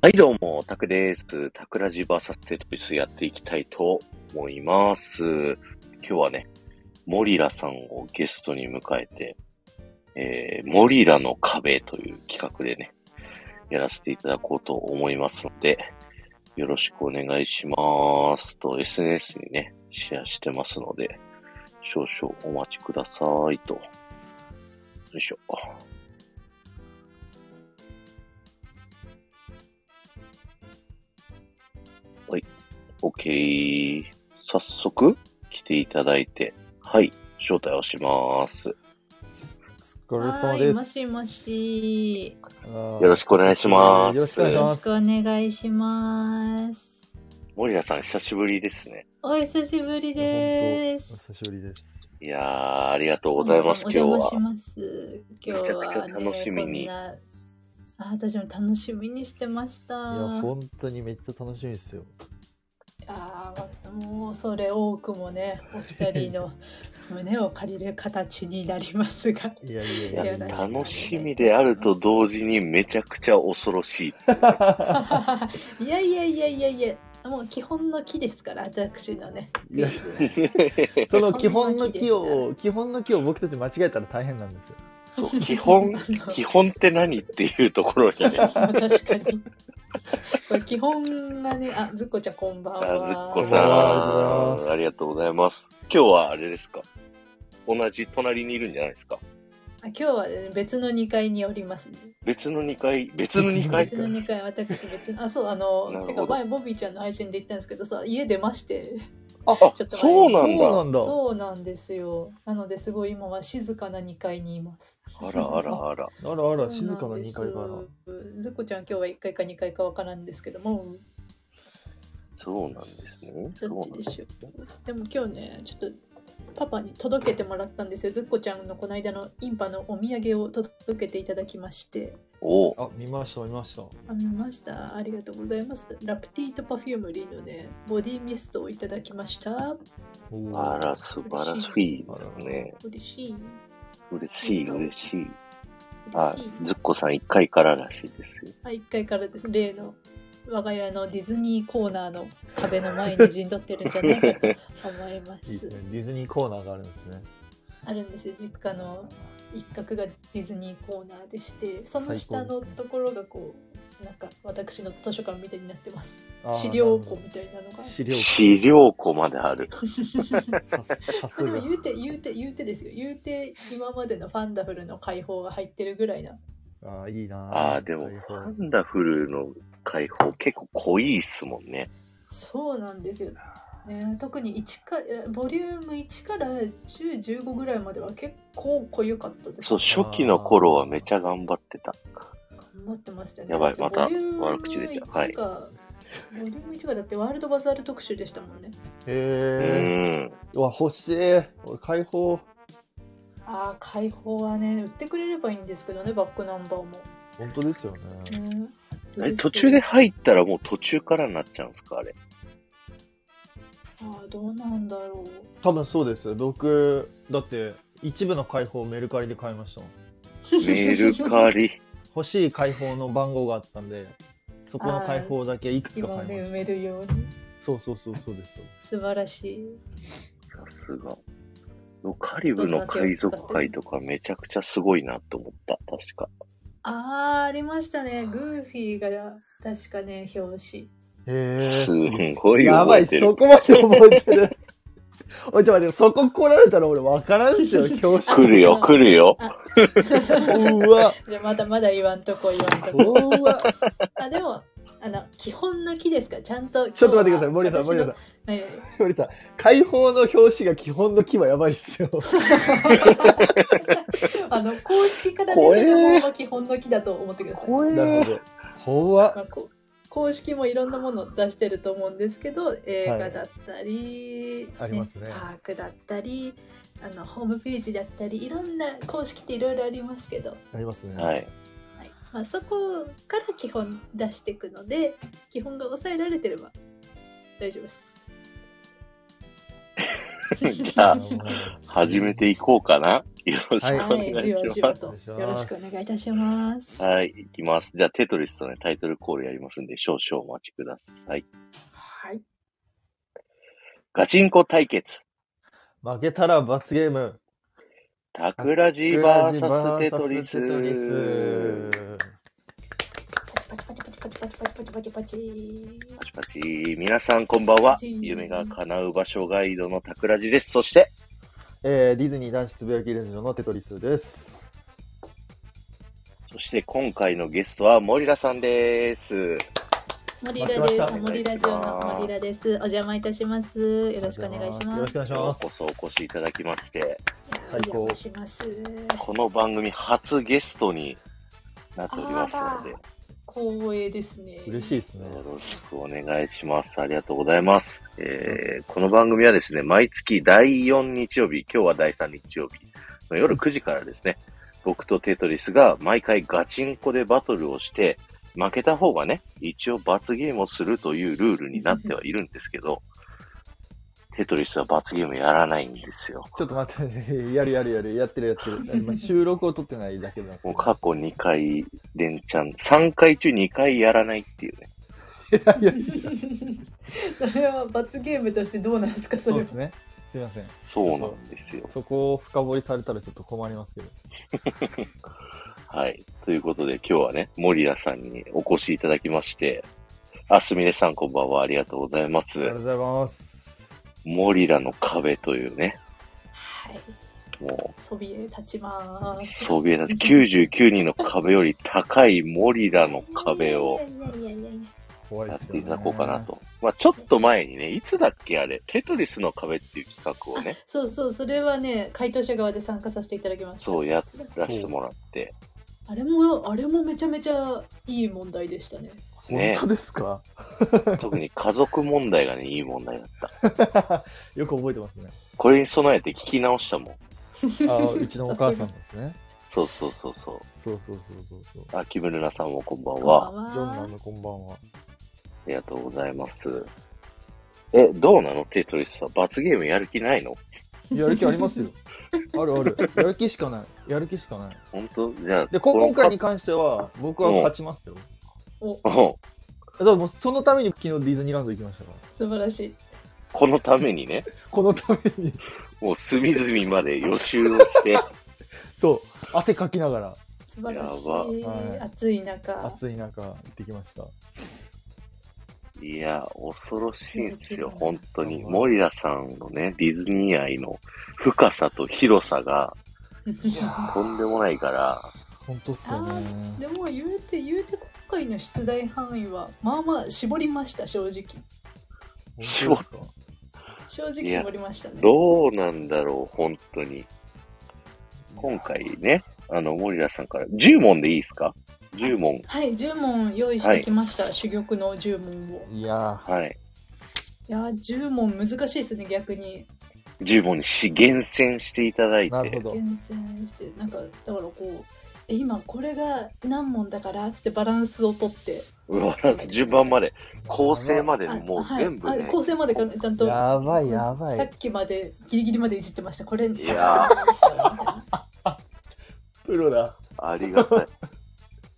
はい、どうも、タクです。タクラジバーサステトリスやっていきたいと思います。今日はね、モリラさんをゲストに迎えて、えー、モリラの壁という企画でね、やらせていただこうと思いますので、よろしくお願いします。と、SNS にね、シェアしてますので、少々お待ちくださいと。よいしょ。OK。早速、来ていただいて、はい、招待をします。よお疲れ様はでい、す。もしもし。よろしくお願いしますよろしくお願いしよろましす。くお願いします。森田さん、久しぶりですね。お久しぶりです。お久しぶりです。いやー、ありがとうございます、今日お邪魔しは。ます。今日めちゃは、くね、ちゃ楽しみにこんなあ私も楽しみにしてました。いや、本当にめっちゃ楽しみですよ。あーもうそれ多くもね、お二人 の胸を借りる形になりますが。 いやいいややいや。よろしくお願い楽しみであると同時にめちゃくちゃ恐ろし い。 いやいやいやいやいや、もう基本の木ですから、私のね。いや クイズはその基本の木を、基本の木を僕たち間違えたら大変なんですよ。そう基 本、基本って何っていうところにね、まあ確かに。これ基本がね、あ、ずっこちゃんこんばんあは。ずっこんばさんはありがとうん、ありがとございますうございます。今日はあれですか同じ隣にいるんじゃないですかあ今日はね、別の2階におりますね。別の2階、別の2階別の2階、私別の、あ、そう、あなるほどの、てか前、ボビーちゃんの配信で言ったんですけどさ、家出まして。あ、あちょっと前に、そうなんそうだな。んだ。そうなんですよ。なのですごい今は静かな2階にいます。あらあらあら。あらあら、静かな2階そかうならん。です。ずっこちゃん今日は1階か2階かわからんですけども、そうなんですね。どっちでしょう。でも今日ね、ちょっとパパに届けてもらったんですよ。ずっこちゃんのこの間のインパのお土産を届けていただきまして。おお、あ、見ました、見ました。あ見ました。ありがとうございます。ラプティートパフュームリーのね、ボディミストをいただきました。おーあら、素晴らしいですね。嬉しい。嬉しい、嬉しい。あ嬉しい。、ずっこさん1回かららしいですよ。あ、1階からです。例の我が家のディズニーコーナーの壁の前に陣取ってるんじゃないかと思いまいいです す。ね。ディズニーコーナーがあるんですね。あるんですよ実家の一角がディズニーコーナーでしてその下のところがこう、なんか私の図書館みたいになってますあー資料庫みたいなのが資料 資料庫まである。 庫。ささすでもが。言うて言うて言うてですよ言うて今までのファンダフルの解放が入ってるぐらいなあー、いいなーああ、でも、開フ放ァンダフルの解放結構濃いっすもんね。そうなんですよ、ね、特に1かえボリューム1から1015ぐらいまでは結構濃ゆかったですそう、初期の頃はめちゃ頑張ってた。頑張ってましたねやばいだってまたボリューム悪口出ちゃうはい1がボリューム1がだってワールドバザール特集でしたもんねうえん。ー。うわ、欲しい。俺、解放。ああ、解放はね、売ってくれればいいんですけどね、バックナンバーも。本当ですよね。ねえ途中で入ったらもう途中からになっちゃうんですかあれ。ああ、どうなんだろう。多分そうです僕だって一部の解放をメルカリで買いましたもんメル カリ。リ。欲しい解放の番号があったんでそこの解放だけいくつか買いまでし埋ためるように。そうそうそうそうですそうで素晴らしい。さすが。カリブの海賊会とかめちゃくちゃすごいなと思った。確か。ああ、ありましたね。グーフィーが確かね、表 紙。すへえすごいやば覚えいてるそこまで覚えてるおいちょっと待ってそこ来られたら俺分からんですよ教師来るよ、来るよ。うわじゃあまだまだ言わんとこ言わんとこ。うわあ、でも、あの、基本の木ですから、ちゃんと。ちょっと待ってください森田さん森田さんん。はい森田さん解放の表紙が基本の木はやばいっすよ あの、公式から出てるものは基本の木だと思ってください。なるほど怖っまあ、こ公式もいろんなもの出してると思うんですけど映画だったり、ありますねパークだったりあのホームページだったりいろんな公式っていろいろありますけど、はありますね、はい。いまあ、そこから基本出していくので 基本が抑えられてれば大丈夫です。じ ゃあ、始めていこうかな。よろしくおは願いします。はい、じわじわとお願いしますよろしくお願いいたします。はい、いきます。じゃあ、テトリスとね、タイトルコールやりますんで、少々お待ちください。はい、ガチンコ対決、負けたら罰ゲーム。タクラジバーサステトリス。パチパチパチパチパチパチパチパチパチ。パチパチ。皆さん、こんばんはパ。チ夢が叶う場所ガイドのタクラジです。そして、えー、ディズニー男子つぶやきレジオのテトリスです。そして今回のゲストは森田さんです。モリラです。待ってましたモリラジオのモリラです。お邪魔いたします。よろしくお願いよしろましすく。お願いしよまうこすそお。越しいただきまして、最高お邪魔します。この番組初ゲストになっておりますので、よ光栄ですね。嬉しいですね。ろしくお願いします。ありがとうございます。えーこの番組はですね、毎月第4日曜日、今日は第3日曜日の夜9時からですね、僕とテトリスが毎回ガチンコでバトルをして、負けた方がね、一応罰ゲームをするというルールになってはいるんですけど、テトリスは罰ゲームやらないんですよ。ちょっと待って、 やるやるやる、やってるやって る。今収録を撮ってないだけなんですけもうど。過去2回連チャン、3回中2回やらないっていうね。い やいやいやそれは罰ゲームとしてどうなんですか、そそうれですね。すいません。そうなんですよ。そこを深掘りされたらちょっと困りますけど。はい。ということで今日はね、森田さんにお越しいただきまして、あ、すみれさんこんばんは、ありがとうございまありがすと。うございます。森田の壁というね、はい。もそびえ立ちまう、す。そびえ立つ99人の壁より高い森田の壁をいやいやいやいやいや。怖いやでっすよ、てね。いただこうかな。と。まあちょっと前にね、いつだっけあれ、テトリスの壁っていう企画 をね、そうそう、それはね、回答者側で参加させていただきました。そうやらせてもらって、あれも、あれもめちゃめちゃいい問題でしたね。ね本当ですか 特に家族問題がね、いい問題だった。よく覚えてますね。これに備えて聞き直したもん。あうちのお母さんですね。そうそうそうそう。そうそうそうそうそう。あ、木村さんもこんばんこんばは。んあジョンマはンのこんばんは。りがとうございます。え、どうなのテトリスさん。罰ゲームやる気ないのやる気あ りますよ。あるある。やる気しかない。やる気しかない。本当じゃあ、で、こ今回にか関しては、僕は勝ちますよ。うんだからもうそのために昨日ディズニーランド行きましたから。素晴らしい。このためにね、このために、 もう隅々まで予習をして、そう、汗かきながら、素晴らしい。やばはい暑い中。暑い中行ってきました。いや、恐ろしいんですよ、本当に。森田さんのね、ディズニー愛の深さと広さがとんでもないから、本当っすよね。でも言うて言うて今回の出題範囲はまあまあ絞りました正直本当ですか正直絞りましたねどうなんだろう、本当に。今回ね、あの、森田さんから、10問でいいですか ?10 問。はい10問用意してきました、珠玉の10問をいやはい。いやー10問難しいですね逆に10問にし厳選していただいー、なるて、ほど。厳選してなんかだからこうえ今これが何問だからっつってバランスをとってうわ順番まで、構成まであもうあはい全部あね。構成までかちゃんとやばいやばさっい。きまでギリギリまでいじってま したこれいやプロだ。ありが たい。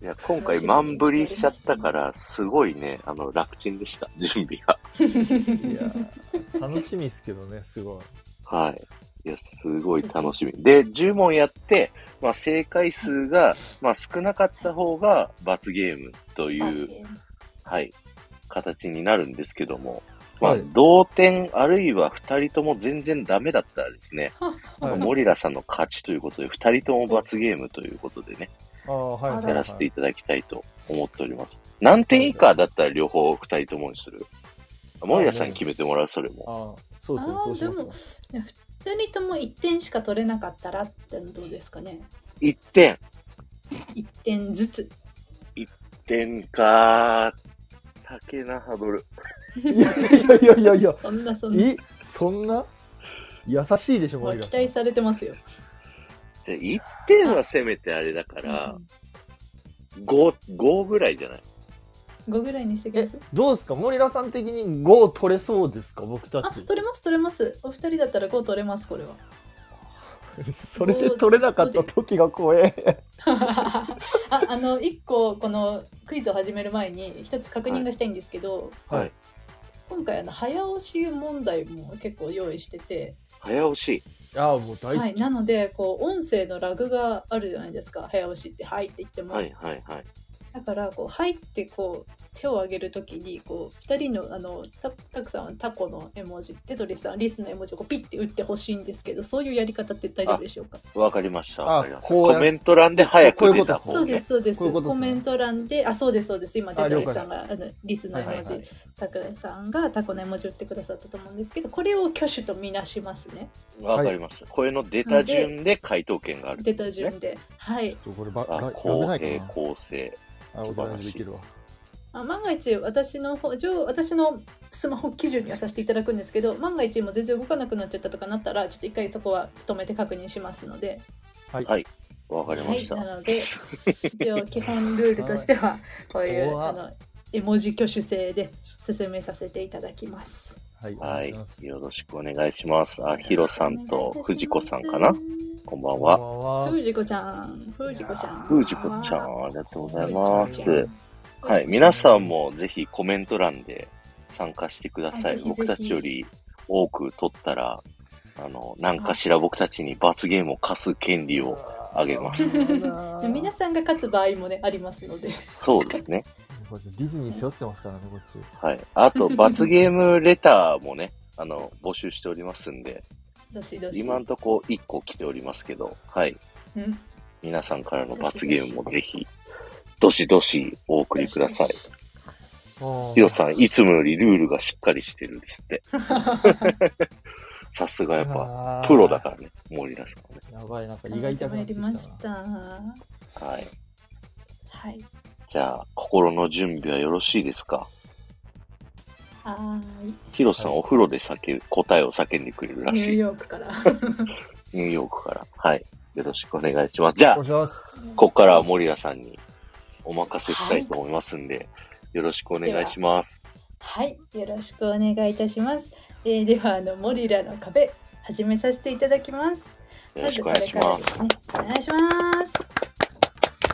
いや、今回、万振りしちゃったから、すごいね、あの、楽ちんでした、準備が。いやー楽しみっすけどね、すごい。はい。いや、すごい楽しみ。で、10問やって、まあ、正解数が、まあ、少なかった方が、罰ゲームとい罰う、ゲームはい、形になるんですけども、まあ、はい同点あるいは2人とも全然ダメだったらですね、まあはいモリラさんの勝ちということで、2人とも罰ゲームということでね、ああ、はい、はいはい。やらせていただきたいと思っております。何点以下だったら両方2人ともにするモリラさんに決めてもらう、それも。ああ、そうですね、あーそうしますか。いや二人とも1点しか取れなかったらってのどうですかね1点、 1点ずつ点か竹なハードル。いやいやいやいやそんなそんいや、なえ、そんな優しいでしょ、まあ森期田さん。待されてますよ、じゃあ1点はせめてあれだから、うん5、5ぐらいじゃない5ぐらいにしてください。どうですか森田さん的に5取れそうですか僕たあ、ち。取れます取れます。お二人だったら5取れますこれは。 それで取れなかった時が怖え。あ、あの一個このクイズを始める前に一つ確認がしたいんですけど、はい。今回あの早押し問題も結構用意してて、早押し。ああ、もう大は好い、き。なのでこう音声のラグがあるじゃないですか。早押しってはいって言っても、はいはいはい。だからこう入ってこう手を挙げるときにこう二人のあのたたくさんはタコの絵文字テトリスさんはリスの絵文字をこうピッて打ってほしいんですけどそういうやり方って大丈夫でしょうかわかりました。あわかりましたこうやコメント欄で早く出たあそ方うでね。すそうですこういうことでコすねメント欄であそうですそうです今テトリスさんがあのリスのは絵いはい文は字い。タクさんがタコの絵文字を打ってくださったと思うんですけどこれを挙手とみなしますねわかりました。これの出た順で回答権がある。出た順ではいちょっとこれば、あら、ダメ公ない平か公正。な。あ、お互いにできるわ。あ万が一私の補助私のスマホ基準にはさせていただくんですけど万が一もう全然動かなくなっちゃったとかなったらちょっと一回そこは止めて確認しますのでわかりまはいしなた。ので一応基本ルールとしてはこういう怖あっの絵文字挙手制で進めさせていただきますはい。おはい願いします。。よろしくお願いします。あ、ヒロさんと藤子さんかなこんばんこんばは。んは。藤子ちゃん藤子ちゃん藤子ちゃん、ありがとうございます。藤子はい。皆さんもぜひコメント欄で参加してくださあぜい。ひぜひ僕たちより多く取ったら、あの、何かしら僕たちに罰ゲームを課す権利を。あげ ますで皆さんが勝つ場合もねありますのでそうですね。こっちディズニー背負ってますからね、こっち。はい。あと、罰ゲームレターもね、あの、募集しておりますん で、どしどし今んとこ1個来ておりますけど、はい。うん皆さんからの罰ゲームもぜひ、どしどしお送りください。ヒロさん、いつもよりルールがしっかりしてるんですって。さすがやっぱ、ぱプロだからね、森田さんはね。ら。やばい、なんか胃が頑張って痛くまなっいてりきたなました。ははい。い。じゃあ、心の準備はよろしいですかはヒロさん、はいお風呂で叫答えを叫んでくれるーい。らニしい。ューニュヨーク から。ーヨークから。はい。よろしくお願いします。じゃおあ、願いします。ここからは森田さんにお任せしたいと思いますんで、よろしくお願いします。はい。よろしくお願いいたします。えー、では、あの、モリラの壁、始めさせていただきます。よろしくお願いしまずす。これからですね。お願いします。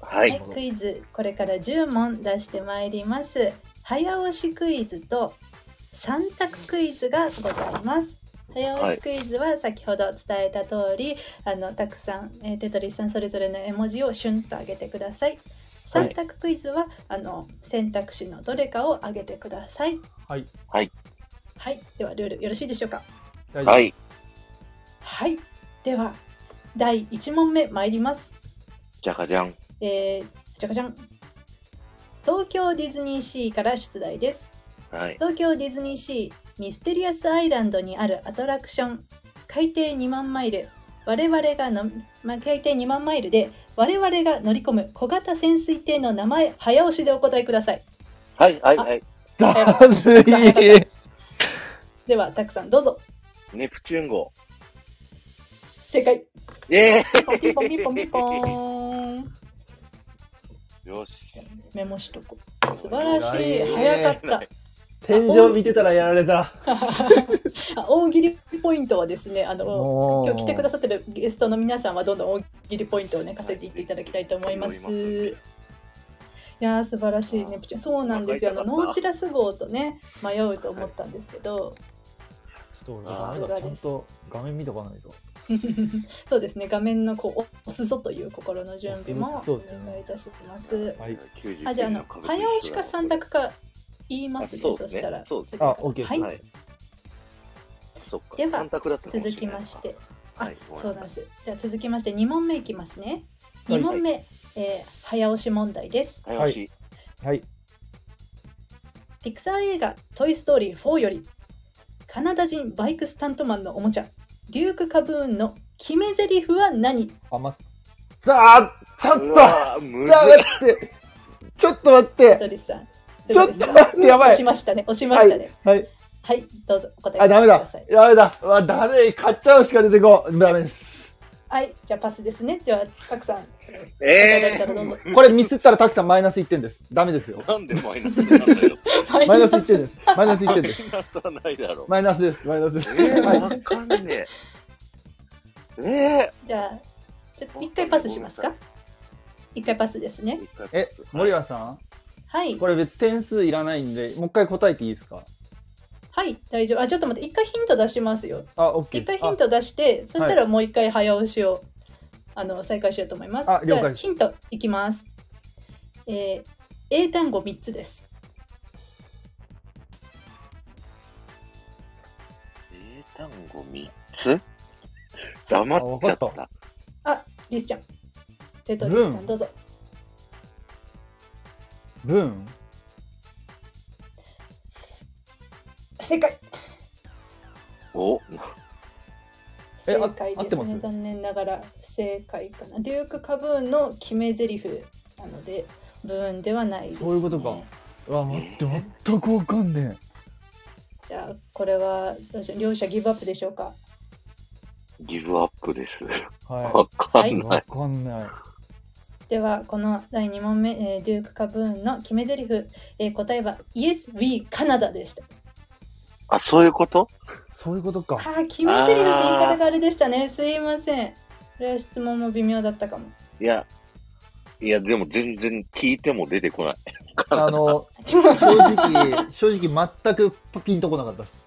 ははいい。、クイズこれから10問出してまいります早押しクイズと3択クイズがございます早押しクイズは先ほど伝えた通り、あのたくさん、えーテトリスさんそれぞれの絵文字をシュンと上げてくださいはい3択クイズは、あの選択肢のどれかを上げてくださいはい。はいではルールよろしいでしょうか大はいはいでは第1問目参りますじゃかじゃん。えー、じゃかじゃん東京ディズニーシーから出題ですはい。東京ディズニーシーミステリアスアイランドにあるアトラクション海底2万マイル我々がの、まあ、海底2万マイルで我々が乗り込む小型潜水艇の名前早押しでお答えくださいはい、はい、はい。だるい。ではたくさんどうぞネプチューン号。正解ええポンピンポンピンポンピンポンよし。メモしとこう素晴らしい早かっ天井見てたらやられた。たあ大喜利ポイントはですねあのもう。今日来てくださってるゲストの皆さんはどんどん大喜利ポイントをね稼いでいっていただきたいと思います。思んでいやー素晴らしいねプチュンそうなんですよあのお腹痛かったノーチラス号とね迷うと思ったんですけど、ちょっと俺、なんかちゃんと画面見とかないと。そうですね画面のこう押すぞという心の準備も押すおぞそうですね願いいたします。はい。 99あじゃああの株式早押しか三択か言いますねあそうそですねしたらそうです次あ、オッケー。はい、はいそっか。では三択だったかもれ続ないきまし。てあ、はいそうなんですじゃあ続きまして2問目いきますねはい2問目、えー早押し問題です早押し。はい。ピクサー映画「トイ・ストーリー4」よりカナダ人バイクスタントマンのおもちゃデューク・カブーンの決め台詞は何余った。あちょっうとだわーむずい待って。ちょっと待って。ドリスさんちょっと 待って、やば押しい。ましたね押しましたねはい。はい、どうぞお答えあ、ダメくだださい。ダメだ。うわ、だるい。買っちゃうしか出てこん。ダメです。はい、じゃあパスですね。では、たくさん、いただいえたらど うぞ。これミスったらタキさんマイナス1点です。ダメですよー、。なんでマイナスなんだよ。マイナス1点でです。マイナス1マイ点です。ナスはないだろ。マイナスです。マイナスでえす。ー、はい。わかんね え。えじゃあ、ちょっと一回パスしますか。一回パスですねー。一回えパス、森谷さはいん、。これ別点数いらないんで、もう一回答えていいですかはい、大丈夫。あ、ちょっと待って、一回ヒント出しますよ。あ、OK 一です。回ヒント出して、そしたらもう一回早押しを、あの再開しようと思います。あ了解じゃあですヒントいきます。えー、英単語三つです。英単語3つ黙っちゃっあわかた。あ、リスちゃん。テトリスさうんんどうぞ。あ文正解。おえ正あ解合っでてすまね。す残念ながら不正解かな。デューク・カブーンの決め台詞なので、ブーンではないです、ね。そういうことかうわ、待って、全くわかんねじゃあ、これはどうしよう両者ギブアップでしょうか。ギブアップです。え。はわかんい。なわい。かんない。ではこの第2問目、えーデューク・カブーンの決め台詞、えー答えは Yes, we カナダでした。あ、そういうことそういうことあか。あ、決め台詞って言い方があれでしたね。すいません。これは質問も微妙だったかも。 いや、いや、でも全然聞いても出てこない。あの、正直、正直全くピンとこなかったです。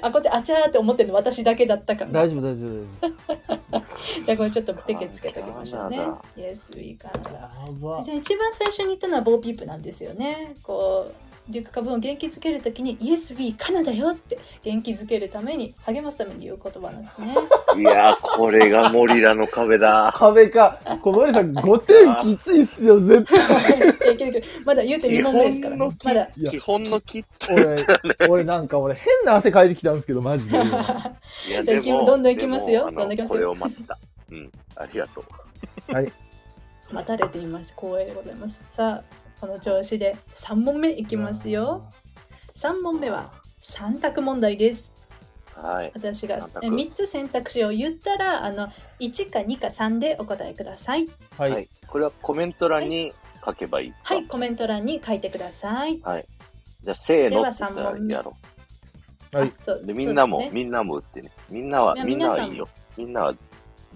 あ、こっちあちゃーって思ってるの私だけだったかも。大丈夫、大丈夫、大丈じゃあこれちょっとペケつけときましょうねカナダ。 Yes, we カナ夫。ダ。ばじゃあ一番最初に言ったのはボーピープなんですよね。こう、デューク・カブーンを元気づけるときに Yes, we カナダよって元気づけるために励ますために言う言葉なんですね。いやー、これがモリラの壁だ。壁か。小森さん、5点きついっすよ、絶 対。いけるいけるまだ言うて基2問目です本から、のまだい木、や基本の木って。俺、俺なんか俺変な汗かいてきたんですけど、マジで。はいや、じゃであも、どんどん行きますよでもあのどんどん行きますよこれを待った。うん、ありがとう。い。 待たれていまして光栄でございますさあこの調子で3問目いきますよ。3問目は3択問題ですはい。私が三択え3つ選択肢を言ったらあの1か2か3でお答えくださいは。はいい。これはコメント欄に書けばいいですかはい。コメント欄に書いてくださいじゃあ、せーのって言っでは三問た目らやろはいあそうう。で、みんなも、そうですねみんなも打ってね。みんなは、いやみんな皆はさんいいよ。みんなは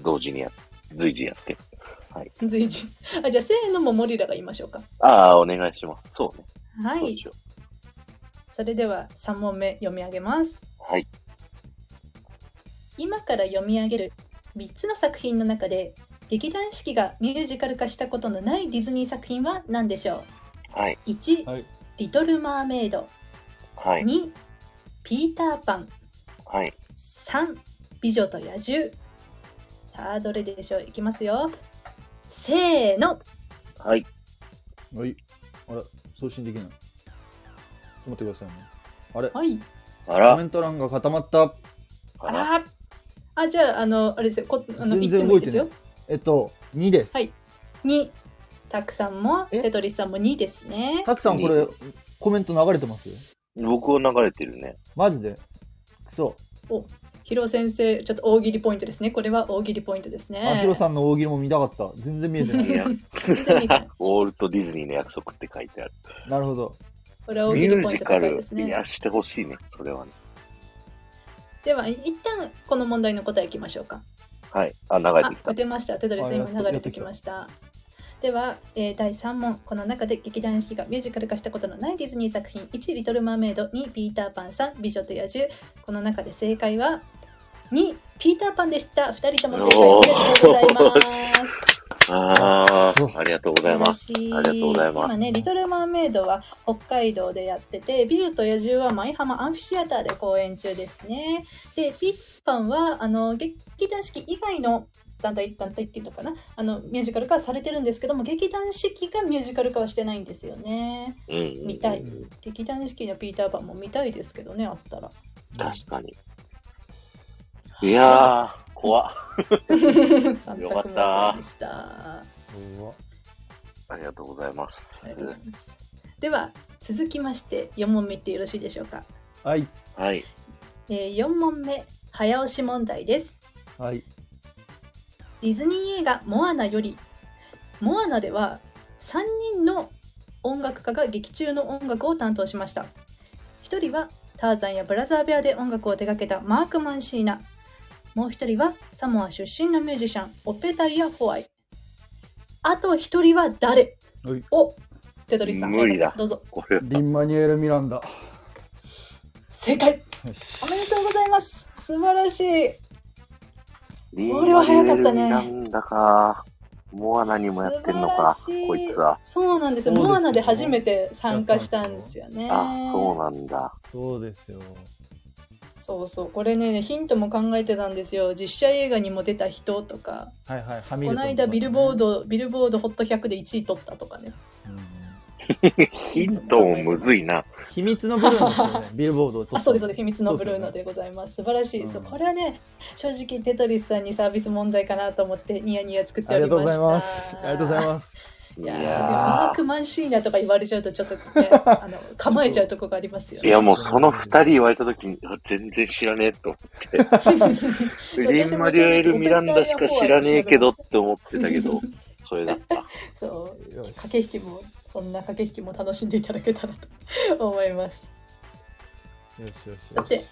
同時にや、随時やって。随時あじゃあせーのもモリラが言いましょうかああ、お願いします。そうね。はそうしいよそれでは3問目読み上げますう。はい。今から読み上げる3つの作品の中で劇団四季がミュージカル化したことのないディズニー作品は何でしょはい。う ?1、はいリトル・マーメイドはい。 2、ピーター・パンはい。 3、美女と野獣さあどれでしょういきますよせーのはい。はい。あれ、送信できない。ちょっと待ってくださいね。あれ、はいあコらメ、ント欄が固まった。ああら、らあじゃああのあれですよこあの全然言動っいてもいいてでないすよえっと、2です。はい2たくさんもえテトリスさんも2ですねたくさんこれ、コメント流れてますよ。僕を流れてるね。マジで。くそ。ヒロ先生ちょっと大喜利ポイントですねこれは大喜利ポイントですねあ、ヒロさんの大喜利も見たかった。全然見えてないい。 や、全然見えないウォールト・ディズニーの約束って書いてある。なるほど。これは大喜ミュ利ーポインジトカ高いルです、いや、ね。してほしいね。それはね。では、一旦この問題の答えいきましょうか。はい。あ、流れあてき、た打。てました。手取りさん、あやっと今流れてきました。では、えー第3問。この中で劇団四季がミュージカル化したことのないディズニー作品1、リトル・マーメイド2、ピーター・パン3、美女と野獣。この中で正解は2、ピーター・パンでした。2人とも正解おめでとうございます。あそうあ、ありがとうございます。素晴あらりがとうございます今ね、リトル・マーメイドは北海道でやってて、美女と野獣は舞浜アンフィシアターで公演中ですね。で、ピッパンは、あの、劇団四季以外の団体、団体っていうのかなあの、ミュージカル化はされてるんですけども、劇団四季がミュージカル化はしてないんですよね。うんうんうん見たい。劇団四季のピーター・パンも見たいですけどね、あっ たら。確かに。いやー、怖っ。三択よ問かった題でした。うわありがとうございますありがとうございます。では、続きまして、4問目いってよろしいでしょうか。はい。はい。えー、4問目早押し問題ですはい。ディズニー映画「モアナ」より「モアナ」では3人の音楽家が劇中の音楽を担当しました1人はターザンやブラザーベアで音楽を手掛けたマーク・マンシーナもう1人はサモア出身のミュージシャンオペタイヤ・ホワイあと1人は誰はいおテトリスさん無理だどうぞこれは、リンマニュエル・ミランダ。よ正解おめでしとうございます素晴らしいこれは早かったねなんだか、モアナにもやってんのか素晴らし、いこいつは。そうなんですよそうですよモアナで初めて参加したんですよねあ、そうなんだ。そうですよ。そうそうこれねヒントも考えてたんですよ実写映画にも出た人とかはいはい。ハミこルトンとかねの間ビルボー。ドビルボードホット100で1位取ったとかねうんヒントもむずいな。秘密のブルーノですよね。 ビルボードを撮ったあそうですそうです秘密のブルーノそうですよねでございます素晴らしい、うんそうこれはね正直テトリスさんにサービス問題かなと思ってニヤニヤ作ってあおりりがとうまございしたます。ありがとうございます。いいやーーでもマークマンシーナとか言われちゃうとちょっとねあの構えちゃうとこがありますよいねや、もうその二人言われたときに、あ全然知らねえと思って。リンマリュエル・ミランダしか知らねえけどって思ってたけど、 それだった。 そうよし駆け引きもそんな駆け引きも楽しんでいただけたらと思いますよしよしよし。さて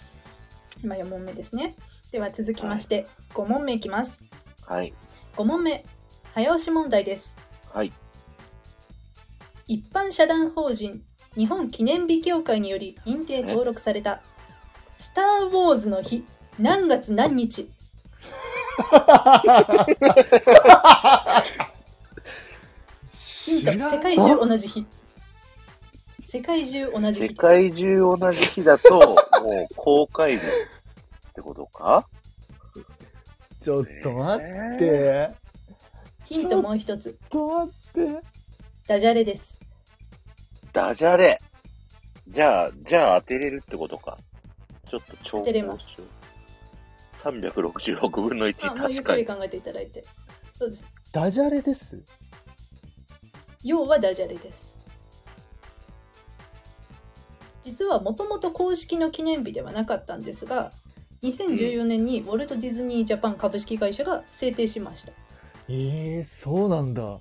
今4問目ですねでは続きまして5問目いきますはい。 5問目早押し問題です はい。一般社団法人日本記念日協会により認定登録された「スター・ウォーズ」の日何月何日ヒント知ら世ん界中同じ日世界中同じ日世です界中同じ日だと、もう公開日ってことかちょっと待って。えヒントもう一つちょっと待って。ダジャレですーダジャレ。じゃあ、じゃあ当てれるってことか。ちょっと超当てれます。 366分の1、まあもうゆっ確くかりに。考えていただいてそうですダジャレです。要はダジャレです実はもともと公式の記念日ではなかったんですが2014年にウォルト・ディズニー・ジャパン株式会社が制定しましたええー、そうなんだ。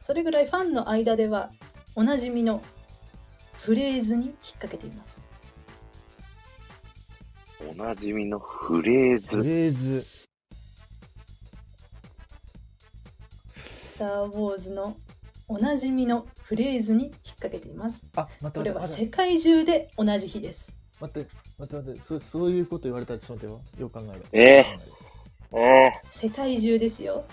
それぐらいファンの間ではおなじみのフレーズに引っ掛けていますおなじみのフレーフズ。レーズ。 「スター・ウォーズ」のおなじみのフレーズに引っ掛けていますあ、待こっれては待って世界中で同じ日です待って待って待ってそうそういうこと言われたらちょっと待ってよ。よく考える。ええ世界中ですよ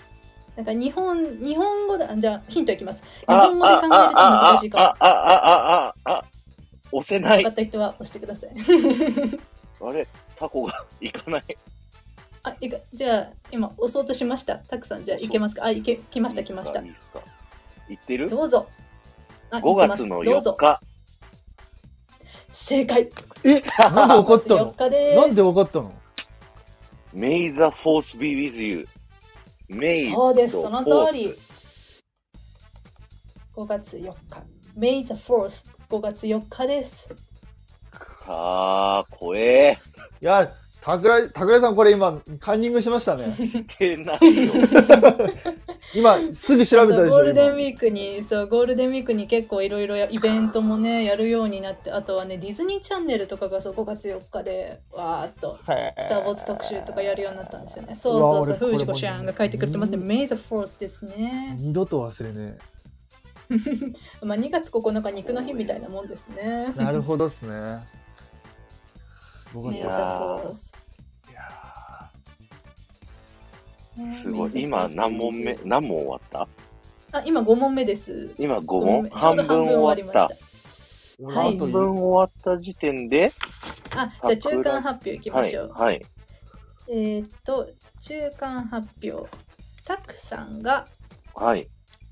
なんか日本日本語だじゃあヒントいきます日ああ本語で考えると難しいかもあ、あ、あ、あ、あ、あ、押せな分かい。った人は押してください。あれタコがいかない。あ、いか、じゃあ、今押そうとしました。たくさん、じゃあ、いけますか。あ、いけ、来ました、来ましたいい。っすかいいっすか言ってるどうぞ。あ ?5 月の4。日。正解。え、 なんで怒った 4の？日です。なんで怒ったの？ May the force be with you. May そうです the その通り force 5月4日。May the Fourth。5月4日です。かー、怖え。いや、桜井桜井さんこれ今カンニングしましたね。してないよ。今すぐ調べたでしそうゴーょ。ルデンウ今ィークに、そう、ゴールデンウィークに結構いろいろイベントもね、やるようになって、あとはね、ディズニーチャンネルとかがそう、5月4日で、わーっとへースター・ウォーズ特集とかやるようになったんですよね。そうそうそう、うわ俺これ藤子ちゃんが書いてくれてますね。うん May the Force ですね。二度と忘れねまあ2月9日肉の日みたいなもんですねえ。。なるほどっすね。僕 May は the いや Force。ねすご May the い。今 Force 何問目何問終わったあ、今5問目です。今5五問目ちょう半ど分終わった。俺はいあと半い分終わった時点で、た。あ、じゃあ中間発表いきまはしいょう。。はい。えーっと、中間発表。たくさんがはい。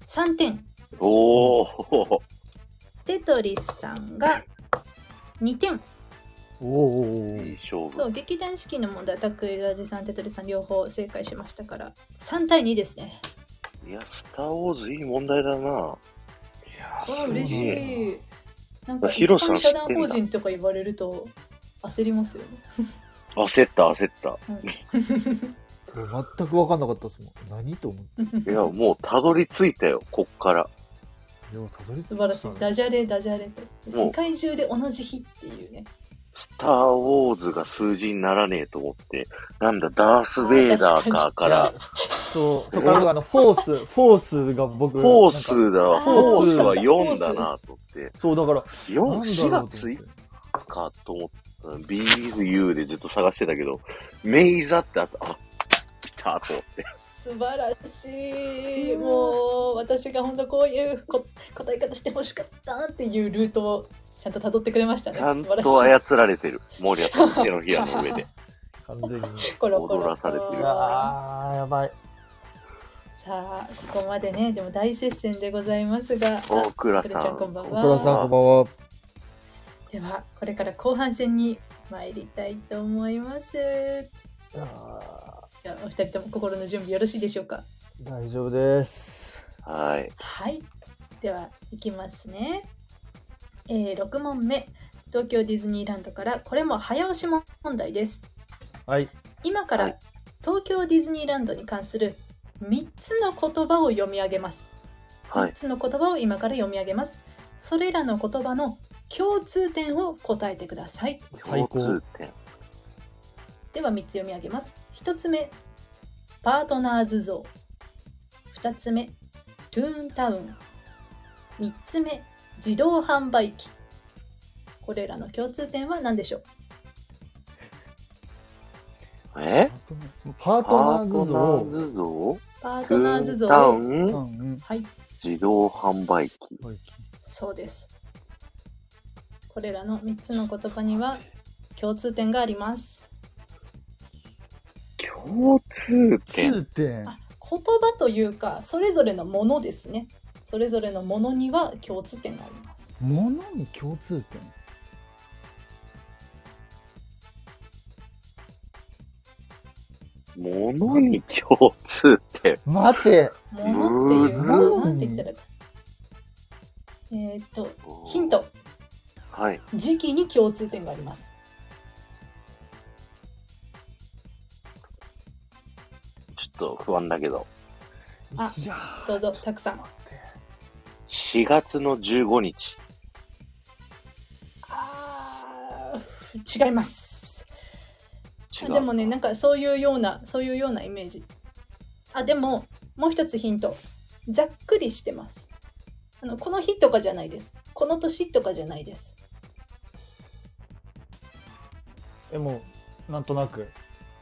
3点。おー。テトリスさんが2点。おおおおいい勝そう負。劇団四季の問題タクイラジさんテトリさん両方正解しましたから3対2ですねいや、スター・ウォーズいい問題だな。わあ嬉しいなんか一ヒロさん般社団法人とか言われると焦りますよね焦った、焦った。うんこれ全く分かんなかったですもん。何と思って。いや、もうたどり着いたよ、こっから。でもたどり着素き晴まらししたいね。ダジャレダジャレともう世界中で同じ日っていうねスター・ウォーズが数字にならねえと思って、なんだ、ダース・ベイダーかかいらや、そう、 そこから僕あの、フォース、フォースが僕、フォーなんかスだわ、あーフォースはフォー4スだなと思って、そう、だから、 4、なん4だろうと月思っいて。つかと思った、ビーズ・ユーでずっと探してたけど、メイザってあった、あ、来たと思って。素晴らしいもう私が本当こういうこ答え方してほしかったっていうルートをちゃんと辿ってくれましたねちゃん素晴らしとい操られてる。モリアと手のひらの上で。完全に。コロコロ踊らされてるうわー、やばい。さあそこまでねでも大接戦でございますがあ大倉くれさちゃんんこ。んばん小倉さん、こはんばんは。ではこれから後半戦に参りたいと思いますあじゃあお二人とも心の準備よろしいでしょうかー大丈夫です。はい。はい。では、いきますね。えー、6問目。東京ディズニーランドから、これも早押し問題です。はい。今かはらい、東京ディズニーランドに関する3つの言葉を読み上げます。は3い。つの言葉を今から読み上げます。それらの言葉の共通点を答えてください。最高。共通点。では、3つ読み上げます。1つ目、パートナーズ像。2つ目、トゥーンタウン。3つ目、自動販売機。これらの共通点は何でしょうえパーパトナーーズト像ナをーズ像パートトゥナーズー像。ンタウはうンんうんい、自動販売機。はいそうです。これらの3つの言葉には共通点があります。共通点。通点。あ言葉というか、それぞれのものですね。それぞれのものには共通点があります。ものに共通点。ものに共通点。待て。ものっていうものむずいなんて言ったらいいか。えーっと、 ヒン。ト。はい。時期に共通点があります。ちょっと不安だけど。あいやーどうぞ、たくさん。 4月の15日。あー違います。違う。でもね、なんかそういうような、そういうようなイメージ。あ、でも、もう一つヒント。ざっくりしてます。あの、この日とかじゃないです。この年とかじゃないです。え、もう、なんとなく。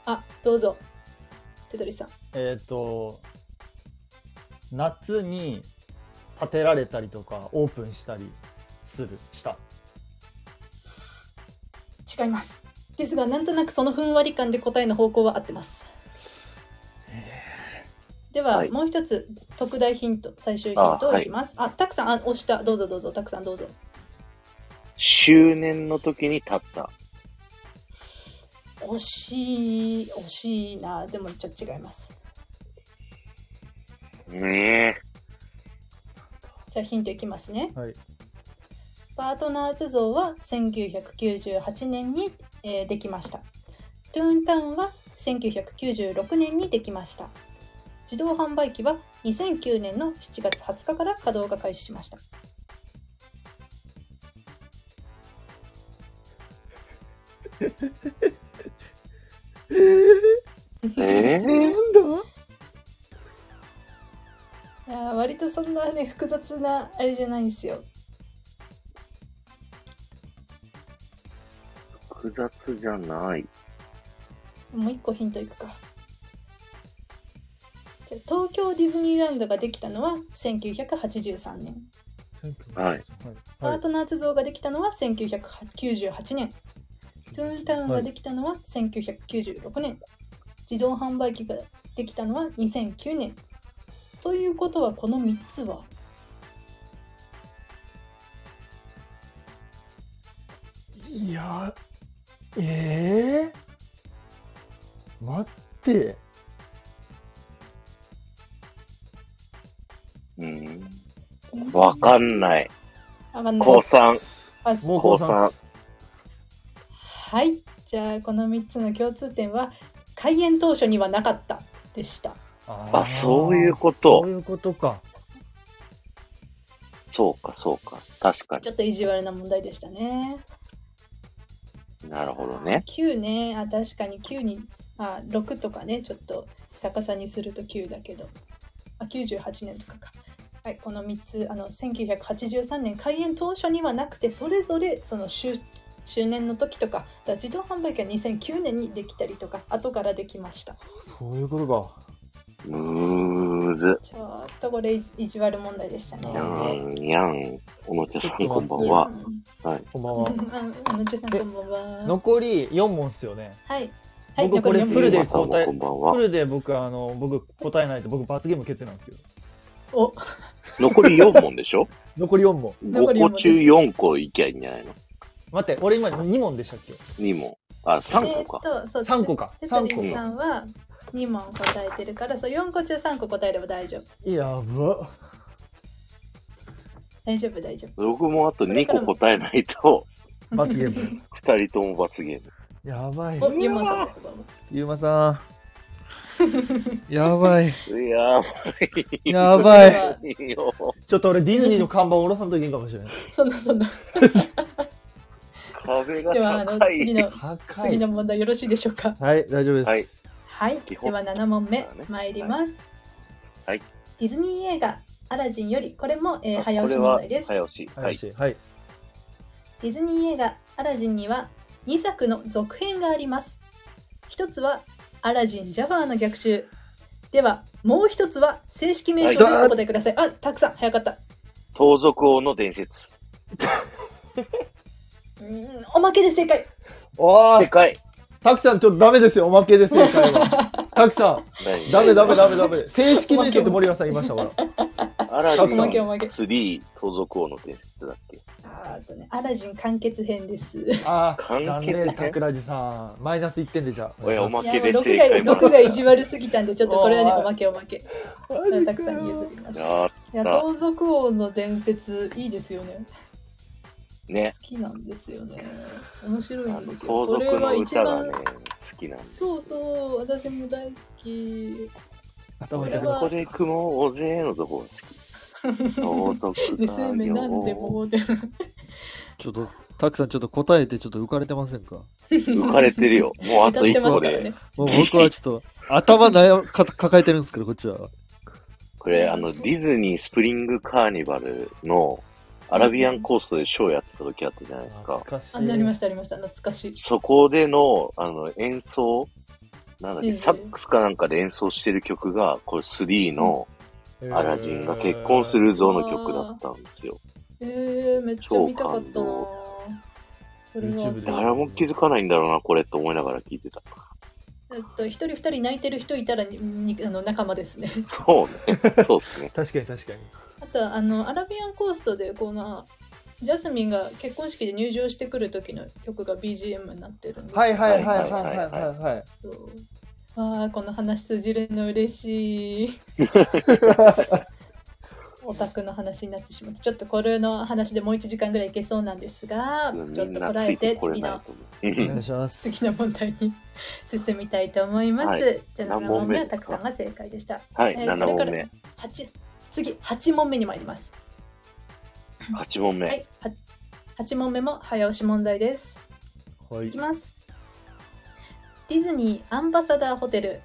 あ、どうぞ。手取さん。えっ、と夏に建てられたりとかオープンしたりするした違います。ですが、なんとなくそのふんわり感で答えの方向は合ってます。では、はいもう一つ特大ヒント、最終ヒントをいきます。あ,、たくさんあ押した。どうぞどうぞ、たくさんどうぞ。周年の時に立った。惜しい、惜しいな。でもちょっと違います。ねじゃあヒントいきますね。はいパートナーズ像は1998年に、えーできました。トゥーンタウンは1996年にできました。自動販売機は2009年の7月20日から稼働が開始しました。え。えーだいやー割とそんなね複雑なあれじゃないんですよ。複雑じゃない。もう一個ヒントいくか。じゃあ東京ディズニーランドができたのは1983年。はいパはーいトナーズ像ができたのは1998年。トゥーンタウンができたのは1996年。自動販売機ができたのは2009年。ということはこの3つはいやーえー、待ってうん。わかんない。上がんない高三。あもう高高三三はい。じゃあこの3つの共通点は開園当初にはなかった。でした。ああそういうことそういうことか。そうか、そうか。確かちょっと意地悪な問題でしたね。に。なるほどね。 9ね、あ確かに9に、あ6とかね、ちょっと逆さにすると9だけど、あ98年とかか。はい、この3つ、あの1983年開園当初にはなくて、それぞれその周周年の時とか、だから自動販売機が2009年にできたりとか、後からできました。そういうことか。むーず。ちょっとこれ意地悪問題でしたね。にゃあん、にゃん。小野茶さん、ちょっと待ってこんばんはう。んこんばんあは。のちゅうさんこんばんは。残り4問っすよね。はい。はい、僕これ残り四フルでゆうま分さんもこんばんフは。ルで僕、あの、僕答えないと僕罰ゲーム決定なんですけど。お、残り4問でしょ残り4問。 残り ?5 四個中4問です個いきゃいいんじゃないの待って、俺今2問でしたっけ ?2 問。あ、3個か。えーっとそう ?3 個か。テト3リ個。スさんは2問答えてるから、そう4個中3個答えれば大丈夫。やば。大丈夫、大丈僕もあと2個答えないと、夫。罰ゲーム。 2人とも罰ゲーム。やばい。 お、ユーモンさんもこ んばんは。ゆうまさん。や ばい。やばい。やば いいよ。ちょっと俺ディズニーの看板下ろさんといけんかもしれない。そん なそんな。壁では、があの高、次い。の、高次の問題よろしいでしょうか。はい、大丈夫です。はいはい。で基本は7問目そうだね、参ります。はいはい。ディズニー映画、アラジンより、これも、えーあ早押しこれは問題です。早押し。はい。林はい。ディズニー映画「アラジン」には2作の続編があります。一つは「アラジン・ジャバーの逆襲」ではもう一つは正式名称ではいお答えください。あたくさん早かった。盗賊王の伝説。うーんおまけで正解。おでい、かい。たくさん、ちょっとダメですよ。おまけで すよ、会話。たくさん、ダメダメダメダメ。正式名称って森川さん言いました、ほら。アラジンおまけおまけ3、盗賊王の伝説だっけ。あーあとね「アラジン」完結編です。あ完ー、結残念、桜地さん。マイナス1点でじゃあ。おやおまいけや でもう正6解が6が意地悪すぎたんでちょ っとこれはねおーおまけおまけ。これはたくさんに譲りましいた。いやや盗賊王の伝説いいですよね。ー好ね。きなんですよね。面白いあんのですよ。盗賊これはの一歌が番ね、好きなんです。そうそう、私も大好き。頭痛俺くなはこっこで雲大勢のとこが好き。盗賊が盗め なんでもで。ちょっと、たくさん、ちょっと答えて、ちょっと浮かれてませんか浮かれてるよ。もうあ歌とって1ます個からねで。。もう僕はちょっ と、頭悩か抱えてるんですけど、こっちは。これ、あの、ディズニースプリングカーニバルのアラビアンコーストでショーやってた時あったじゃないですか。かしあ、なりました、ありました。懐かしい。そこでの、あの、演奏、なんだっえけ、えサックスかなんかで演奏してる曲が、これ3のアラジンが結婚す。るぞの曲だったんですよ。えー、めっちゃ見たかったなぁ。これは YouTube で誰も気づかないんだろうな、これって思いながら聞いてた。えっと、一人二人泣いてる人いたらににあの仲間ですね。そうね。そうっす ね。確かに確かに。あと、あの、アラビアンコーストで、この、ジャスミンが結婚式で入場してくる時の曲が BGM になってるんですよはいはいはいはいはいはいはい。わあこの話通じるの 嬉しいオタクの話になってしまってちょっとこれの話でもう1時間ぐらいいけそうなんですがちみょっんとこならつえいててこれ次ないのと思おう願いします。次の問題に進みたいと思います、はいじゃあ7何問問目目はたくさんが正解でしたはい、えー7これ問から目。八次8問目に参ります8問目。はいは8問目も早押し問題ですはいいきますディズニーアンバサダーホテル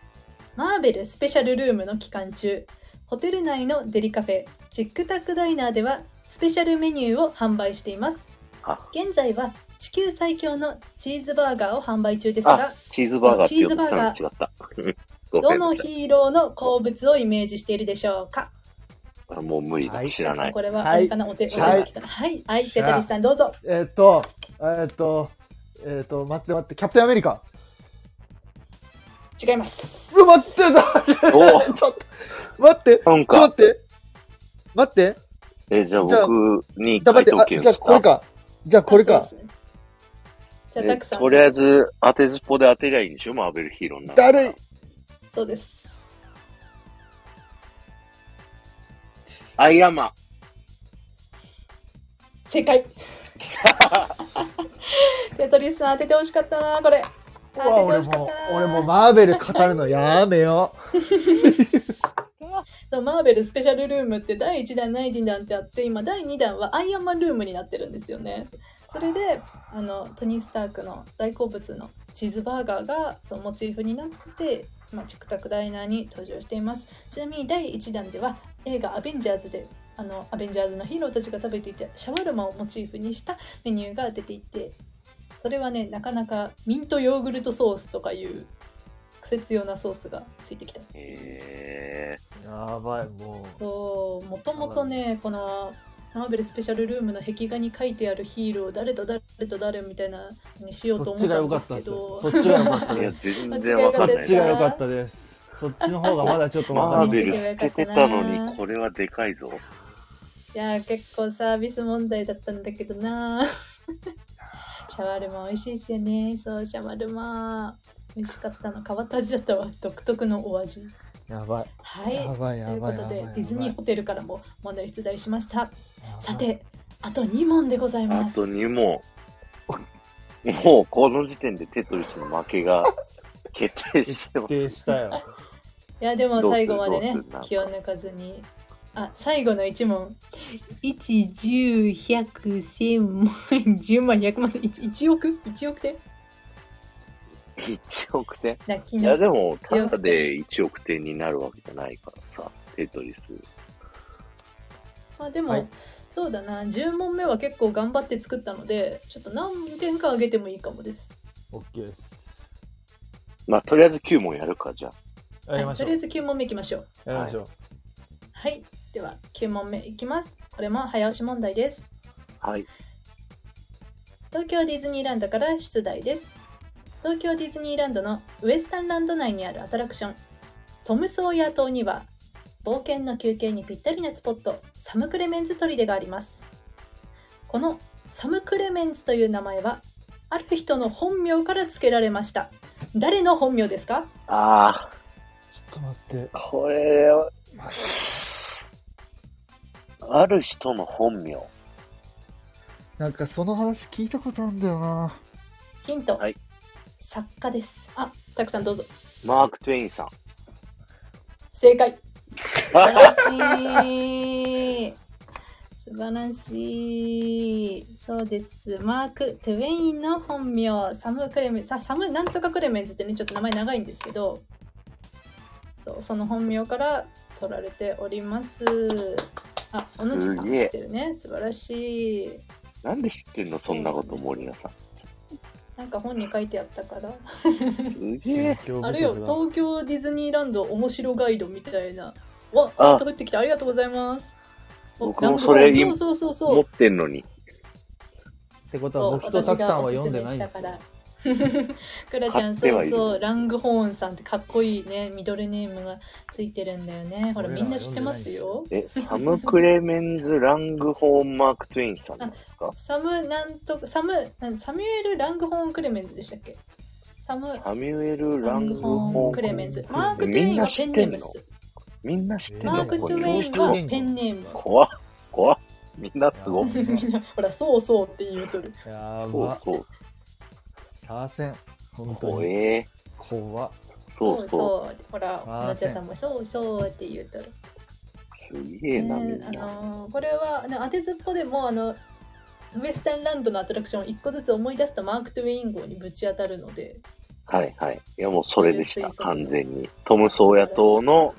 マーベルスペシャルルームの期間中ホテル内のデリカフェチックタックダイナーではスペシャルメニューを販売していますあ現在は地球最強のチーズバーガーを販売中ですがチーズバーガーって言うチーとズさバーガらーに違った。 どの日ヒーローの好物をイメージしているでしょうかもう無理はだ。い知らなさんい。これははいあれかな、お手お手はいつきかなはい、はい、テトリスさんどうぞえーっと、えーっと、えーっと、待って待って、キャプテンアメリカ。違いますうわ待ってたおちょっと、待って、ちなんょっかと待っ、て。待って、え、じゃあじゃあ僕にじゃあ回待答って、権あじゃあこれか。じゃあこれあかそ。うですねじゃあえたくさんとりあえず、当てずっぽで当てりゃいいんでしょマーベルヒーローになるだるい。そうですアイアンマン。 正解テトリスさん当ててほしかったなこれあうわ俺出てほしかっもた、俺もマーベル語るのやめよそうマーベルスペシャルルームって第1弾第2弾ってあって今第2弾はアイアンマンルームになってるんですよねそれであのトニー・スタークの大好物のチーズバーガーがそうモチーフになって、まあ、チクタクダイナーに登場していますちなみに第1弾では映画「アベンジャーズで」あのアベンジャーズのヒーローたちが食べていたシャワルマをモチーフにしたメニューが出ていてそれはねなかなかミントヨーグルトソースとかいうクセ強なソースがついてきたえう。やばい、もそうもともとねこのマーベルスペシャルルームの壁画に書いてあるヒーローを誰と誰と誰みたいなにしよう。うとそっち思っがた良んかでったすでけす。そどっー、いや、全ちが良かったです。然 わかんなそっい。ちが良かったです。そっちの方がまだちょっとわマかんーないベ。ル捨ててたのに、これはでかいぞ。いやー結構サービス問題だったんだけど なシャワルマ美味しいですよねそうシャワルマ美味しかったの変わった味だったわ 独特のお味やばい。はいやばい、やというこばい。とでやばいディズニーホテルからも問題出題しましたやばいさてあと2問でございあますと2問。もう、この時点でテトリスの負けが決定してま決定す。したよ。いやでも最後までねどうするどうす気をる抜かずにあ最後の1問1 1 0 1 0 0 1000万10万100万 1, 1億1億点1億点ラッキーいなや、でも、ただで1億点になるわけじゃないからさ、テトリス。まあでも、はいそうだな10問目は結構頑張って作ったのでちょっと何点か上げてもいいかもですオッケーです。まあ、とりあえず9問やるか、じゃあ。やりましとょう。りあえやず9問目いきましょうりましょう。はいでは9問目いきますこれも早押し問題ですはい。東京ディズニーランドから出題です東京ディズニーランドのウエスタンランド内にあるアトラクショントムソーヤ島には冒険の休憩にぴったりなスポットサムクレメンズ砦がありますこのサムクレメンズという名前はある人の本名から付けられました誰の本名ですかあちょっと待って。あ、これ、ある人の本名。なんかその話聞いたことあるんだよな。ヒント、はい作家ですあ、たくさんどうぞマーク・トゥエインさん。正解素晴らしい素晴らしいそうですマーク・トゥウェインの本名サム・クレメンさサムなんとかクレメンズってねちょっと名前長いんですけどそうその本名から取られておりますあ小野地さんすもげ知えってるね素晴らしいなんで知ってんのそんなこと、森田さん。なんか本に書いてあったからすげえ。今あれ日よ不足だ東京ディズニーランド面白ガイドみたいなわあっ入ってきてありがとうございますお僕もランボーそれそうそうそうそう持ってんのに。ってことそはう僕と私たくさがんはおす読すんでめないしんでたすかよ。ら。 クラちゃん、買ってそはういるそう、ラングホーンさんってかっこいいね、ミドルネームがついてるんだよね。ほら、俺みらはんな知ってますよ。え、サム・クレメンズ・ラングホーン・マーク・トゥインさんなんですかサム、なんとか、サム、なんサミュエル・ラングホーン・クレメンズでしたっけサム、サミュエル・ラランンググホーホン・クーン。レメンズ。マーク・トゥウェインはペンネームっす。みんな知ってんマーのク・ことれゥウェインはペンネーム。怖っ。怖っ。みんなすごっ。 みんな、ほら、そうそうって言うとる。やそばう。そう。サーセン。本当怖に。え。怖っ。そうそう。そう。ほら、ーおなちゃんさんもそうそうって言うとる。すげえな、みんねあな。のーこれはあの当てずっぽでもあのウエスタンランドのアトラクションを1個ずつ思い出すとマーク・トゥウェイン号にぶち当たるのではいはい。いやもうそれでしそうた、いう推測完全に。トム・ソーヤ島の、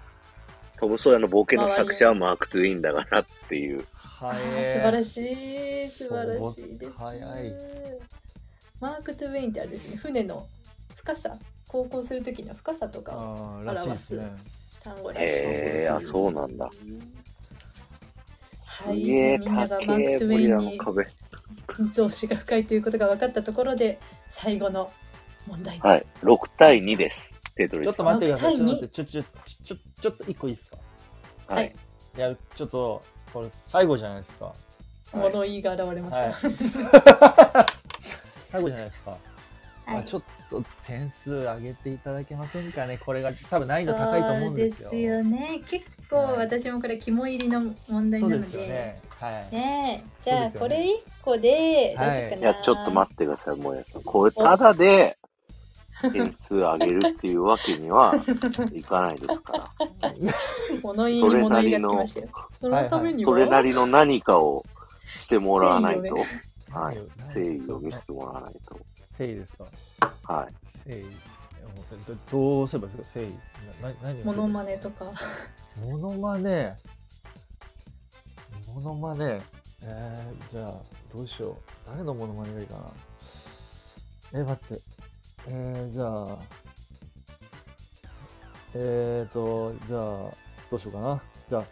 トム・ソーヤの冒険の作者はマーク・トゥインだからっていう。あはー素晴えらしい素晴らしいです早いマーク・トゥウェインってあれですね船の深さ航行する時の深さとー。かあーらしいですね。単語らしいへえ、あ、そうなんだ。はすい、げえ、みんながマ高ーえ、ク・トゥウゴリラェインのに壁。増資が深いということが分かったところで最後の問題はい。6対2です。テトリちょっスとさん。待ってください。ちょっ六と対二待って、ちょ、ちょ、ちょ、ちょちょっと一個いいですかははいい。いや、ちょっと、これ最後じゃないですか。物言いが現れました、はい。 最後じゃないですか。まあ、ちょっと点数上げていただけませんかね。これが多分難易度高いと思うんですよ。そうですよね。結構私もこれ肝入りの問題そなうので。ですよね。はい。ねえじゃそうであすよねこれ一個でどうしようかな。はいいや、ちょっとっ待ってください、もうやさん。これ、ただで、点数上げるっていうわけに はいかないですから。物言いそにれ物な言いりがつきのましたよ。そのためには、それなりの何かをしてもらわないと、はい何、誠意を見せてもらわないと、誠意ですかはい、誠意。どどうすればいいですか誠意。なな何をすればいいですかモノマネと か。モノマネ。モノマネ。えー、じゃあ、どうしよう。誰のモノマネがいいかな。えー、待って。えー、じゃあ。えーと、じゃあ、どうしようかな。じゃあ、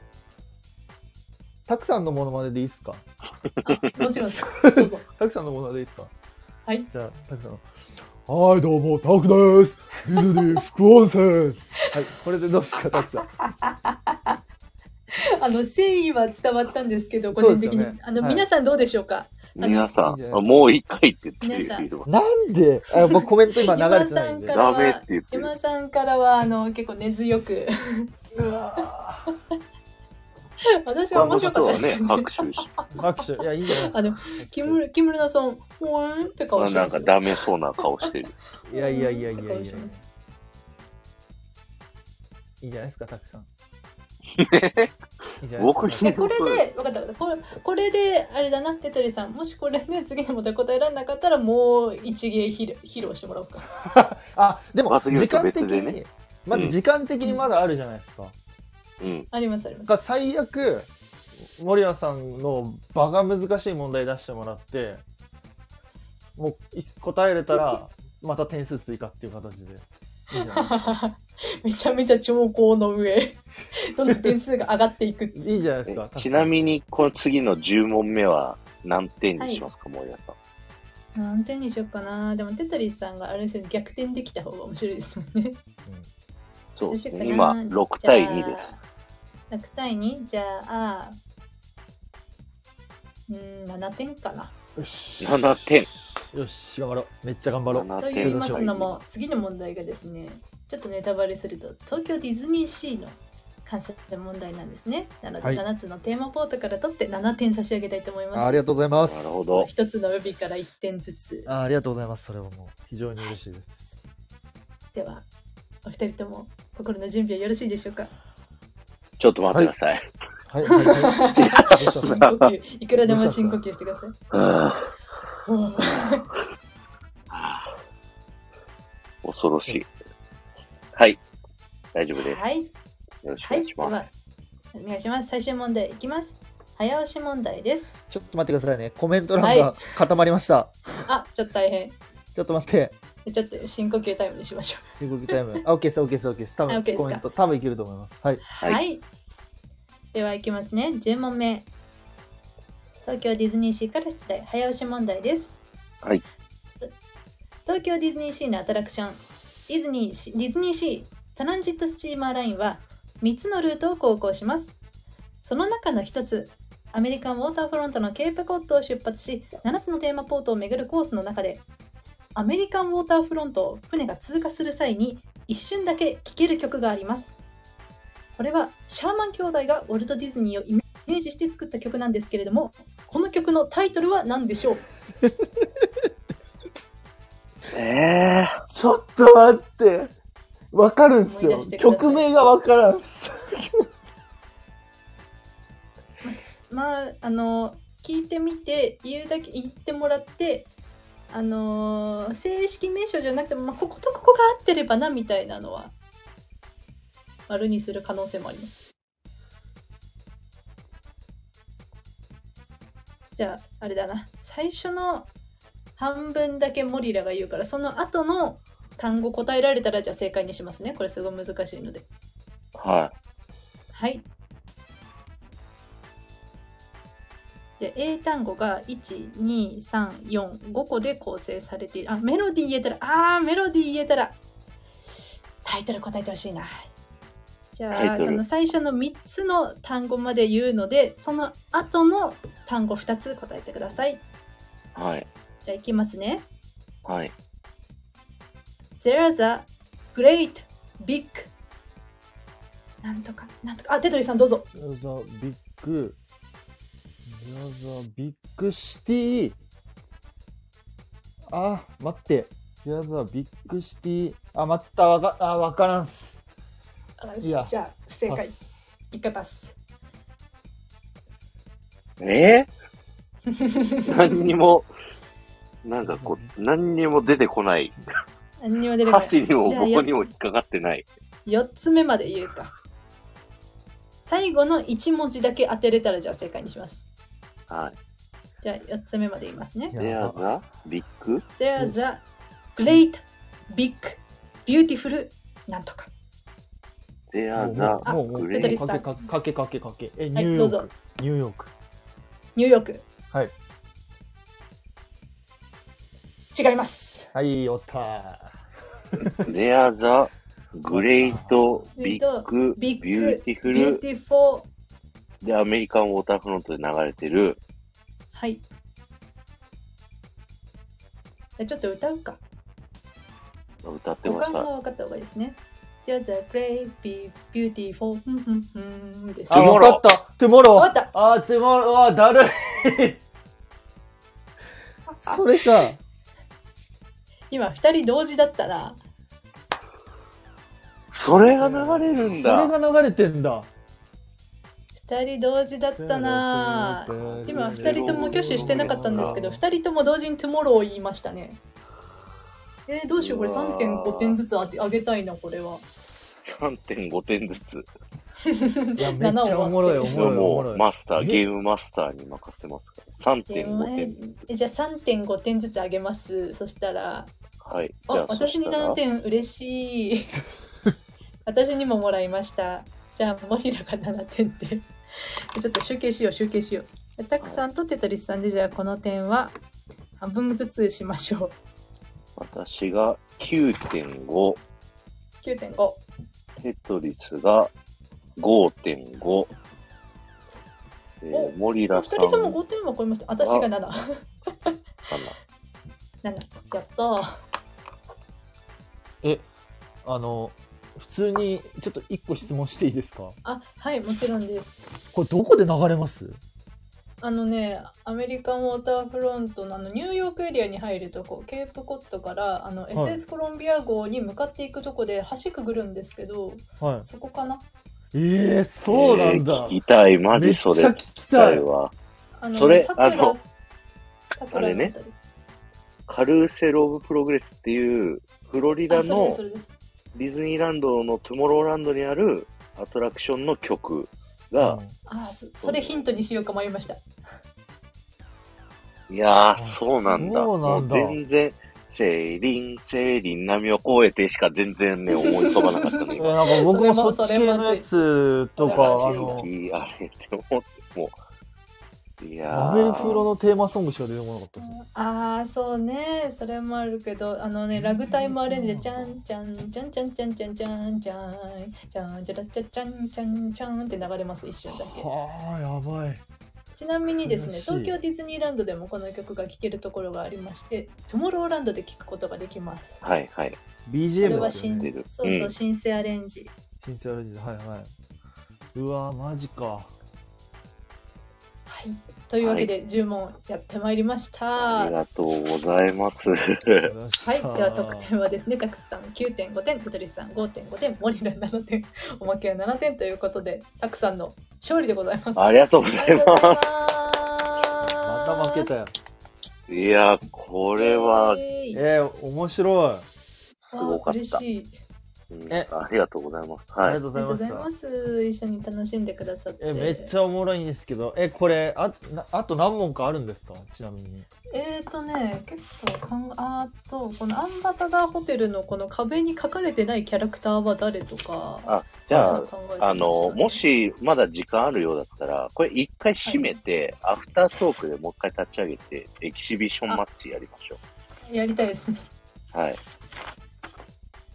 たくさんのモノマネでいいですかあもちろんです。どうぞ。たくさんのモノマネでいいですかはい。じゃあ、たくさんの。はい、どうも、たくです。ディズニー副音声。はい、これでどうですか、たくさん。あの誠意は伝わったんですけど、個そう人です的よに、ねあの、はい皆さんどうでしょうか。の皆さいいんんじゃ、ないもう一回って言って皆さんるわなんであ、やっぱコメント今流れてないんで今。ダメって言ってる山。さんからはあの結構根強くうわ私こはれも面ちょ白っとかったはですね、けど、ね拍、手しー拍手。いや、いいんじゃないですあのか。木村木村さん「ほーん」って顔あしてなまんすかよダメそうな顔してる。いやいやいやいやいやほーんって顔いしてや。ますいいんじゃないですか、たくさん。いいんじゃないですか僕たくさんでにこれで分かった分かったこれこれであれだなテトリさんもしこれで次の問題答えられなかったらもう一芸披露披露してもらおうかあ、でも、罰ゲーム時と間的別でねに、まうだん時間的にまだあるじゃないですか。うん、ありますありますが最悪、森谷さんの場が難しい問題出してもらって、もうい答えれたら、また点数追加っていう形で。いいんじゃないですかめちゃめちゃ兆候の上どんどん点数が上がっていくいいんじゃないですか。たくさんちなみ。に、この次の10問目は何点にしますか、森田さん。何点にしようかなでもテトリさんがあれですよね逆転できた方が面白いですもんねそうですね。どうしよう今、かな6対2です。 6対2じゃあうーん7点かなよし。 7点。よし、頑張ろう。めっちゃ頑張ろう。 7と点言いますのも次の問題がですねちょっとネタバレすると東京ディズニーシーの関西問題なんですねなのではい7つのテーマポートから取って7点差し上げたいと思います、ありがとうございます。なるほど。 1つの帯から1点ずつあありがとうございます。それはもう非常に嬉しいです。ではお二人とも心の準備はよろしいでしょうかちょっと待ってください。はい、はい、 はい。どうした深の呼吸いくらでも深呼吸してくださいあうんー恐ろしい。はい。大丈夫です。はいよろしくおは願い、いでします。はお願いします。最終問題いきます。早押し問題です。ちょっと待ってくださいね。コメント欄が固まりました。あ、ちょっと大変。ちょっと待って。ちょっと深呼吸タイムにしましょ深呼吸タイム。あ、OK です、OK です、OK です。多あ分 OK ですかコメント、多分いけると思います。はい。う。ははいい。ではいきますね。10問目。東京ディズニーシーから出題。早押し問題です。はい。東京ディズニーシーのアトラクション、ディズニーシディズニーシートランジットスチーマーラインは3つのルートを航行します。その中の1つ、アメリカンウォーターフロントのケープコッドを出発し、7つのテーマポートを巡るコースの中で、アメリカンウォーターフロントを船が通過する際に一瞬だけ聴ける曲があります。これはシャーマン兄弟がウォルト・ディズニーをイメージして作った曲なんですけれども、この曲のタイトルは何でしょうえちょっと待って。わかるんすよ思い出してください曲名がわからんす。まああの聞いてみて言うだけ言ってもらってあのー正式名称じゃなくても、まあ、こことここが合ってればなみたいなのは丸にする可能性もありますじゃああれだな最初の半分だけモリラが言うからその後の単語答えられたらじゃあ正解にしますねこれすごい難しいのでー、ははい。で、英単語が1、2、3、4、5個で構成されている。あ、メロディー言えたら、あー、メロディー言えたら、タイトル答えてほしいな。じゃあ、タイあトルの最初の3つの単語まで言うので、その後の単語2つ答えてください。い。はい。じゃあ、いきますね。はい。 There's a great big なんとか、なんとか。あ、テトリさんどうぞ。ザ・ビッグ、ザ・ビッグシティ。あ、待って。ピアーズはビッグシティ、あ、またわか、あ、わからんっす。わかりまいしたやじゃあ、不正パ解。ス一回パス。え ー何にも、なんかこう、何にも出てこない。何にも出てこ歌ない。詞にもじこゃあこにも引っかかってない。 4つ目まで言うか。最後の1文字だけ当てれたらじゃあ正解にします。はい。じゃあ4つ目まで言いますね。いや There's a big There's a great, big, beautiful なんとか。もう There's も a うもうもうグレテトリスかさんけかけかけかけかけえニはュいーヨどうーぞクニューヨークニューヨーク。はい違います。はいよったー There's a great big big, beautiful beautiful でアメリカンウォーターフロントで流れてるはい。えちょっと歌うか。歌って五まし感がた。分かった方がいいですね。There's a great, big, beautiful ふんふんふんです。あトゥモわローかったトゥモロわかーったあトゥモローあだるいそれか今二人同時だったな。それが流れるんそだ。れが流れてんだ二人同時だったな。今二人とも挙手してなかったんですけど、二人とも同時に tomorrow を言いましたね。えー、どうしようこれうわー3.5点ずつあてあげたいなこれは。 3.5点ずつ。いやめっちゃおもろいおこもれろはいおももろういマスター、えゲームマスターに任せますから。3.5点ずつ。えじゃあ3.5点ずつあげます。そしたら、はい。あじゃあそ私しにたら7点嬉しい。 私にももらいました。じゃあ、モリラが7点で。 ちょっと集計しよう、集計しよう。タクさんとテトリスさんで、じゃあこの点は半分ずつしましょう。私が9.5、 9.5。テトリスが5.5、えおー、モリ2ラさ人んとも5点は超えました。私がか7。 な。 7。やった。えあの普通にちょっと一個質問していいですかあ、はい、もちろんです。これどこで流れますあのね、アメリカンウォーターフロントのあのニューヨークエリアに入るとこ、ケープコットからあのい SS コロンビア号に向かっていくとこで橋くぐるんですけど、はそこかな。いえー、そうなんえーだ聞、きたい、マめっジちゃそれ。聞聞ききたたいいわ。あのそれ桜あの桜あれねだったりカルーセル・オブ・プログレスっていう、フロリダあそれでのすそれです。ディズニーランドのトゥモローランドにあるアトラクションの曲が、あそそれヒントにしようか迷いました。いやー、そうなんだ。そうなんだもう全然、セーリン、セーリン、波を越えてしか全然ね、思い浮かばなかったの、え今。 なんか僕もそっち系のやつとかそあれまのずいいあれって思って、もう。いやー。アベルフロのテーマソングしか出てこなかったですああそうねそれもあるけどあのねラグタイムアレンジでじゃんじゃんじゃんじゃんじゃんじゃんじゃんじゃんじゃんじゃらじゃじゃんじゃんじゃんって流れます一瞬だけ。はあやばいちなみにですね素晴らし東い京ディズニーランドでもこの曲が聴けるところがありましてトゥモローランドで聴くことができます。はいはい。こ BGM れではすシよンねそうそううんシンセアレンジ。シンセアレンジではいはいうわマジかはい。というわけで10問やってまいりました。ありがとうございます。 はいではい、では得点はですね、ザクスさん9.5点、テトリスさん5.5点、モリラ7点、おまけは7点ということで、タクさんの勝利でございます。ありがとうございます。また負けたよ。よいやー、これは、えーえー、面白いすごかっあ嬉た。しい。うんえありがとうございます。あはりいが。とうありごがとざうございいまましす。一緒に楽しんでくださって。たえめっちゃ。ゃおもろいんですけどえこれあなあと何問かあるんですかちなみにえーとね、結構かん、あーと、このアンバサダーホテルのこの壁に書かれてないキャラクターは誰とか、あ、じゃそあういうの、考えてましたねあの、も、しまだ時間あるようだったら、これ一回閉めて、アフタートークでもう一回立ち上げて、エキシビションマッチやりましょやりたいですね。う。はい。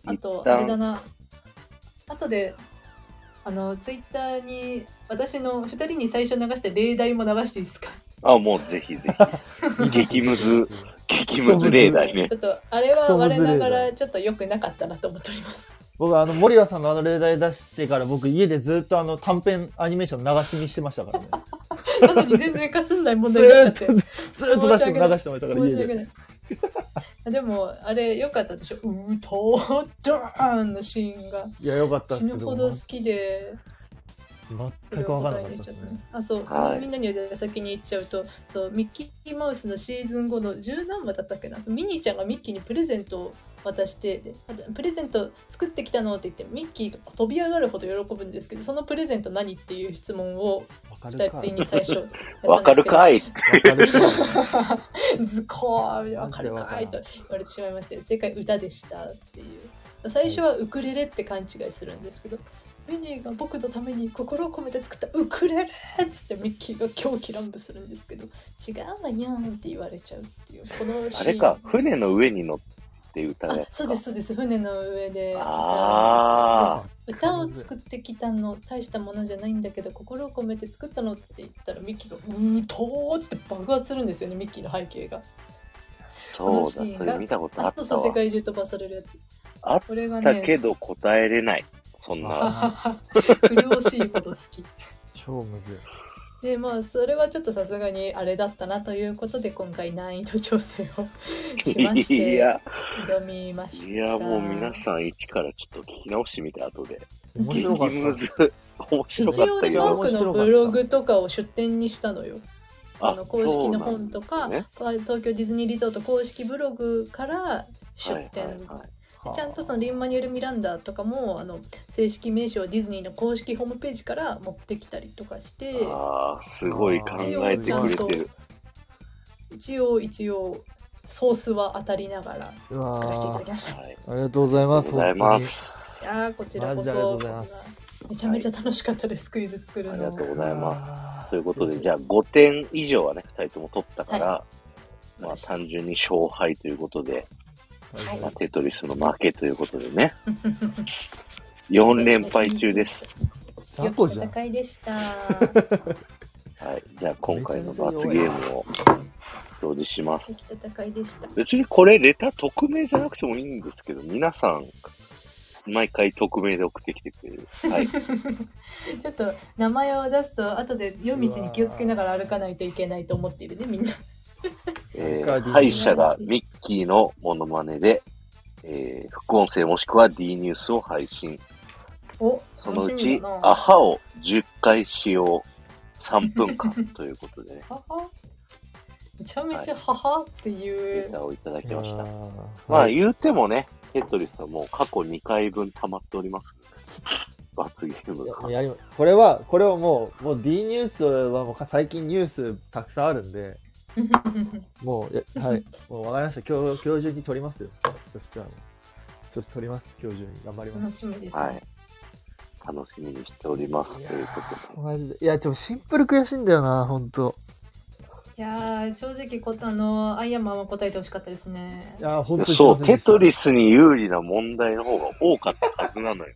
あと一、旦あれだな。あとで、あの、ツイッターに、私の2人に最初流した例題も流していいですかあ、もうぜひぜ ひ。激ムズ、激ムズ例題ねち。ょっと、あれは我ながクソむず例らちょっと良くなかったなと思っております。 僕あの森谷さんのあの例題出してから僕家でずっとあの短編アニメーション流し見してましたから ねなのに全然かすんない問ず題になっちゃーっって と。ずーっと出して申し訳流ないしてましたから申家し訳でない。でもあれ良かったでしょ「うーとードーン!」のシーンがいや、よかったで死すぬけほど、ど好きで全くわからなかったですね。あそう、はいみんなに先に言っちゃうとそうミッキーマウスのシーズン後の十何話だったっけなそうミニーちゃんがミッキーにプレゼントを渡してであとプレゼント作ってきたのって言ってミッキーが飛び上がるほど喜ぶんですけどそのプレゼント何っていう質問をわか二るか人に最初やったんですけどわかるかいわかるか ずこーわかるかいと言われてしまいまして正解歌でしたっていう最初はウクレレって勘違いするんですけどミニーが僕のために心を込めて作ったウクレレっつってミッキーが狂気乱舞するんですけど違うわよーんって言われちゃうっていうこのあシーンれか、船の上に乗って歌うあやつかそうですそうです船の上であ歌を作ってきたの大したものじゃないんだけど心を込めて作ったのって言ったらミッキーが「うーとー」っつって爆発するんですよねミッキーの背景が。そうこのシーだ、ンがそれ見たことああっそうたそう世わ。界中飛ばされるやつ。あっこれがだねけど答えれない。そんな。 苦しいほど好き。超むずい。でまあそれはちょっとさすがにあれだったなということで今回難易度調整をしましいてや、挑みました。いや、もう皆さん一からちょっと聞き直してみて、後で。面白かっ激ムた。ズ。面一白かっ応たねいやよ。マークのブログとかを出典にしたのよ。あの公そ式のうなん本とか、ですね東京ディズニーリゾート公式ブログから出典はいはいはいちゃんとそのリン・マニュエル・ミランダとかもあの正式名称はディズニーの公式ホームページから持ってきたりとかしてああ、すごい考えてくれてる。一応一応ソースは当たりながらうわ作らせていただーきました。はい。ありがとうございありがまとす。うございます。いやーこち本当に。マジであらこりがとうごそざいます。めちゃめちゃ楽しかったです、クイズ作るありがのとう。ございますまということで、じゃあ5点以上はね、2人とも取ったから、まあそう単純に勝敗ということで、はいまあテトリスの負けということでね、で4連敗中です。。良雑魚きじゃん。戦いでした。はい。じゃあ今回の罰ゲームを表示します。良き戦いでした。 別にこれレター匿名じゃなくてもいいんですけど、皆さん、毎回匿名で送ってきてくれる。はい。ちょっと名前を出すと後で夜道に気をつけながら歩かないといけないと思っているねみんな。えなんーか D 歯医者がミッキーのモノマネで、えー副音声もしくは D ニュースを配信。おそのう楽しみちだ、なアハを10回使用3分 間ということでね、母めちゃめちゃ母っていデうータをいただきました。たまあ言うてもね、テトリスはもう過去2回分溜まっておりますので、罰ゲームが。やりまこれは、これはもう、もう D ニュースはもう最近ニュースたくさんあるんで、もう、えはい、もうわかりました。今日、今日中に取りますよ。そしたら、そして取ります。今日中に頑張りま楽す。しみですね。はい。楽しみにしておりますということで。マジで。いや、ちょっとシンプル悔しいんだよな、本当。いやー正直こあのアイアンマンは答えてほしかったですねい。や、本当にすいそまう、せんでテしたトリスに有利な問題の方が多かったはずなの よ。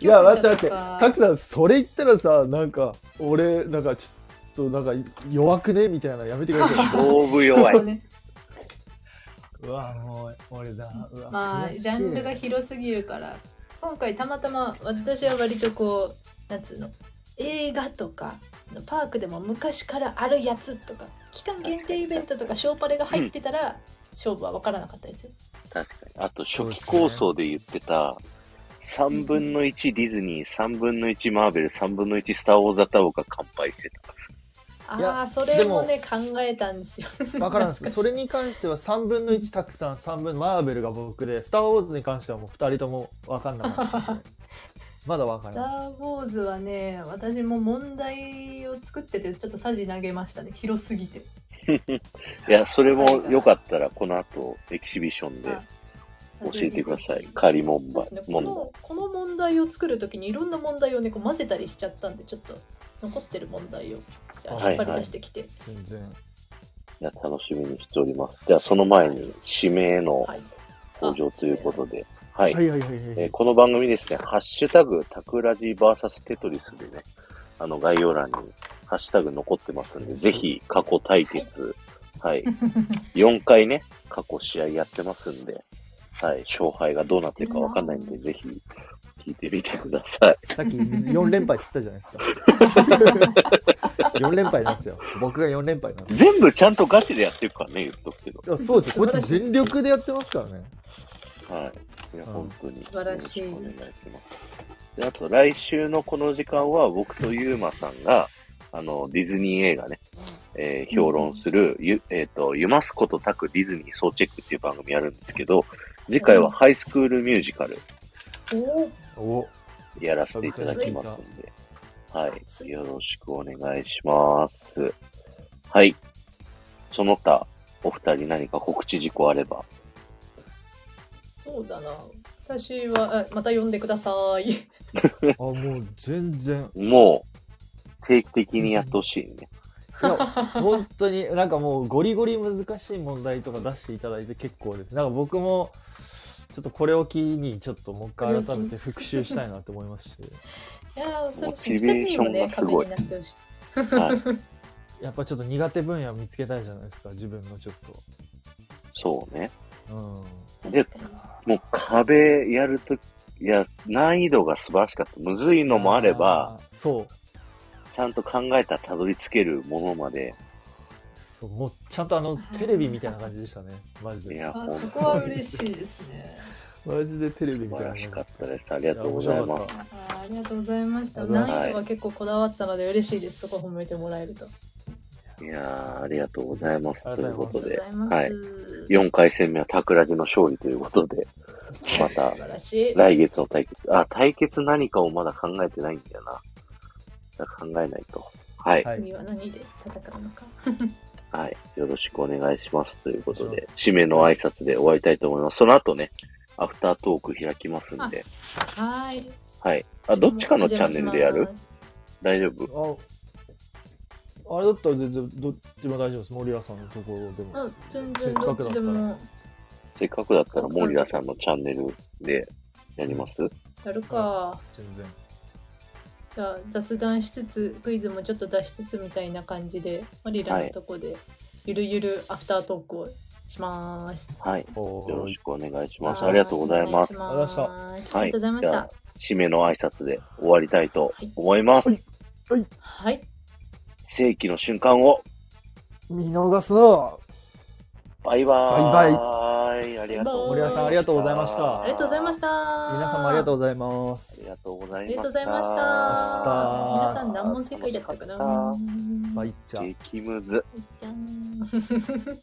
いや、待作って待って曲者とか。タクさん、それ言ったらさ、なんか、俺、なんかちょっと、なんか弱くねみたいなのやめてく ださい。勝負弱いそう。ねうわ、もう、俺だ。うわ まあ悔しいジャンルが広すぎるから今回たまたま私は割とこうなんつうの映画とかパークでも昔からあるやつとか期間限定イベントとかショーパレが入ってたら、勝負は分からなかったですよ。確かに。あと、初期構想で言ってた、3分の1ディズニー、3分の1マーベル、3分の1スター・ウォーズ・ザ・タオが乾杯してた。いあやあそれもね考えたんですよ。わからんです。そ懐かしいれに関しては3分の1たくさん、3分マーベルが僕で、スター・ウォーズに関してはもう2人とも分かんなかったんで。まだ分かスらタなー・い。ウォーズはね、私も問題を作ってて、ちょっとサジ投げましたね、広すぎて。いや、それもよかったら、この後、エキシビションであ教えてください。仮問題。こ問題のこの問題を作るときにいろんな問題をねこう混ぜたりしちゃったんでちょっと残ってる問題をじゃあはい引っ張り出してきて、全然。いや、楽しみにしております。じゃあ、その前に、指名のはい登場ということで、はい。はいはいはいはえーい。この番組ですね、ハッシュタグ、タクラジ VS テトリスでね、あの、概要欄にハッシュタグ残ってますんで、ぜひ過去対決、はい、4回ね、過去試合やってますんで、はい、勝敗がどうなってるかわかんないんで、ぜひ聞いてみてください。さっき4連敗っつったじゃないですか。 4連敗なんですよ。僕が4連敗なんです全部ちゃんとガチでやってるからね、言っとくけど。いやそうですよ。こっち全力でやってますからね。はい。いや、うん本当に。素晴らしいよろくお願いします。で、あと、来週のこの時間は、僕とゆうまさんが、あの、ディズニー映画ね、えー評論する、ゆ、えっ、と、ゆますことたくディズニー総チェックっていう番組やるんですけど、次回はハイスクールミュージカルおーおやらせていただきますんで、はい。よろしくお願いします。はい。その他、お二人何か告知事項あれば、そうだな。私は、あまた呼んでください。 あ、もう全然。もう、定期的にやってほしいね。いや、本当に、なんかもうゴリゴリ難しい問題とか出していただいて結構です。なんか僕も、ちょっとこれを機に、ちょっともう一回改めて復習したいなと思いますし、いやー、それ、モチベーションがすごい二つにもね壁になってほしい。はい。やっぱちょっと苦手分野見つけたいじゃないですか、自分のちょっそうね。と。うん。で確かにもう壁やるとき、いや、難易度が素晴らしかった。むずいのもあれば、あー、そう。ちゃんと考えたらたどり着けるものまで。そう、もうちゃんとあの、テレビみたいな感じでしたね、マジいで。や、あほんそこは嬉しいですね。マジでテレビみ素たい晴なら感じ。しかったです。ありがとうございます。あーありがとうございました。ありがとうございます難易度は結構こだわったので嬉しいです。そこ褒めてもらえると。あいやー、ありがとうございます。とありがいうとうごこざといますりでがとうご、ざはいい。ます。 4回戦目は桜地の勝利ということ で、また素晴らしい。来月の対決、あ、対決何かをまだ考えてないんだよな。だから考えないと。はい。はい。次は何で戦うのか。はい。よろしくお願いします。ということお願いでしま、す締めの挨拶で終わりたいと思います。その後ね、アフタートーク開きますんで。はい。はい。あ、どっちかのチャンネルでやる大丈夫ああれだったら全然どっちも大丈夫です。森谷さんのところでも。あ、全然どっちでもせっかくだったら、森田さんのチャンネルでやりますやるか。全然。じゃあ雑談しつつ、クイズもちょっと出しつつみたいな感じで、マリラのとこで、ゆるゆるアフタートークをします。はい。およろしくお願いします。はいありがとうございます。お願いしますあはりい。がとうございましじゃたあ。、締めの挨拶で終わりたいと思います。はい。世紀の瞬間を、見逃すなバイババーイイ。ありがとうございました森田さんありがとうございましたありがとうございました。皆様ありがとうございます。ありがとうござあいりまがとうしござた。いました。明日皆さん何問正解だったかなまあ、いっちゃう。激ムズ。じゃん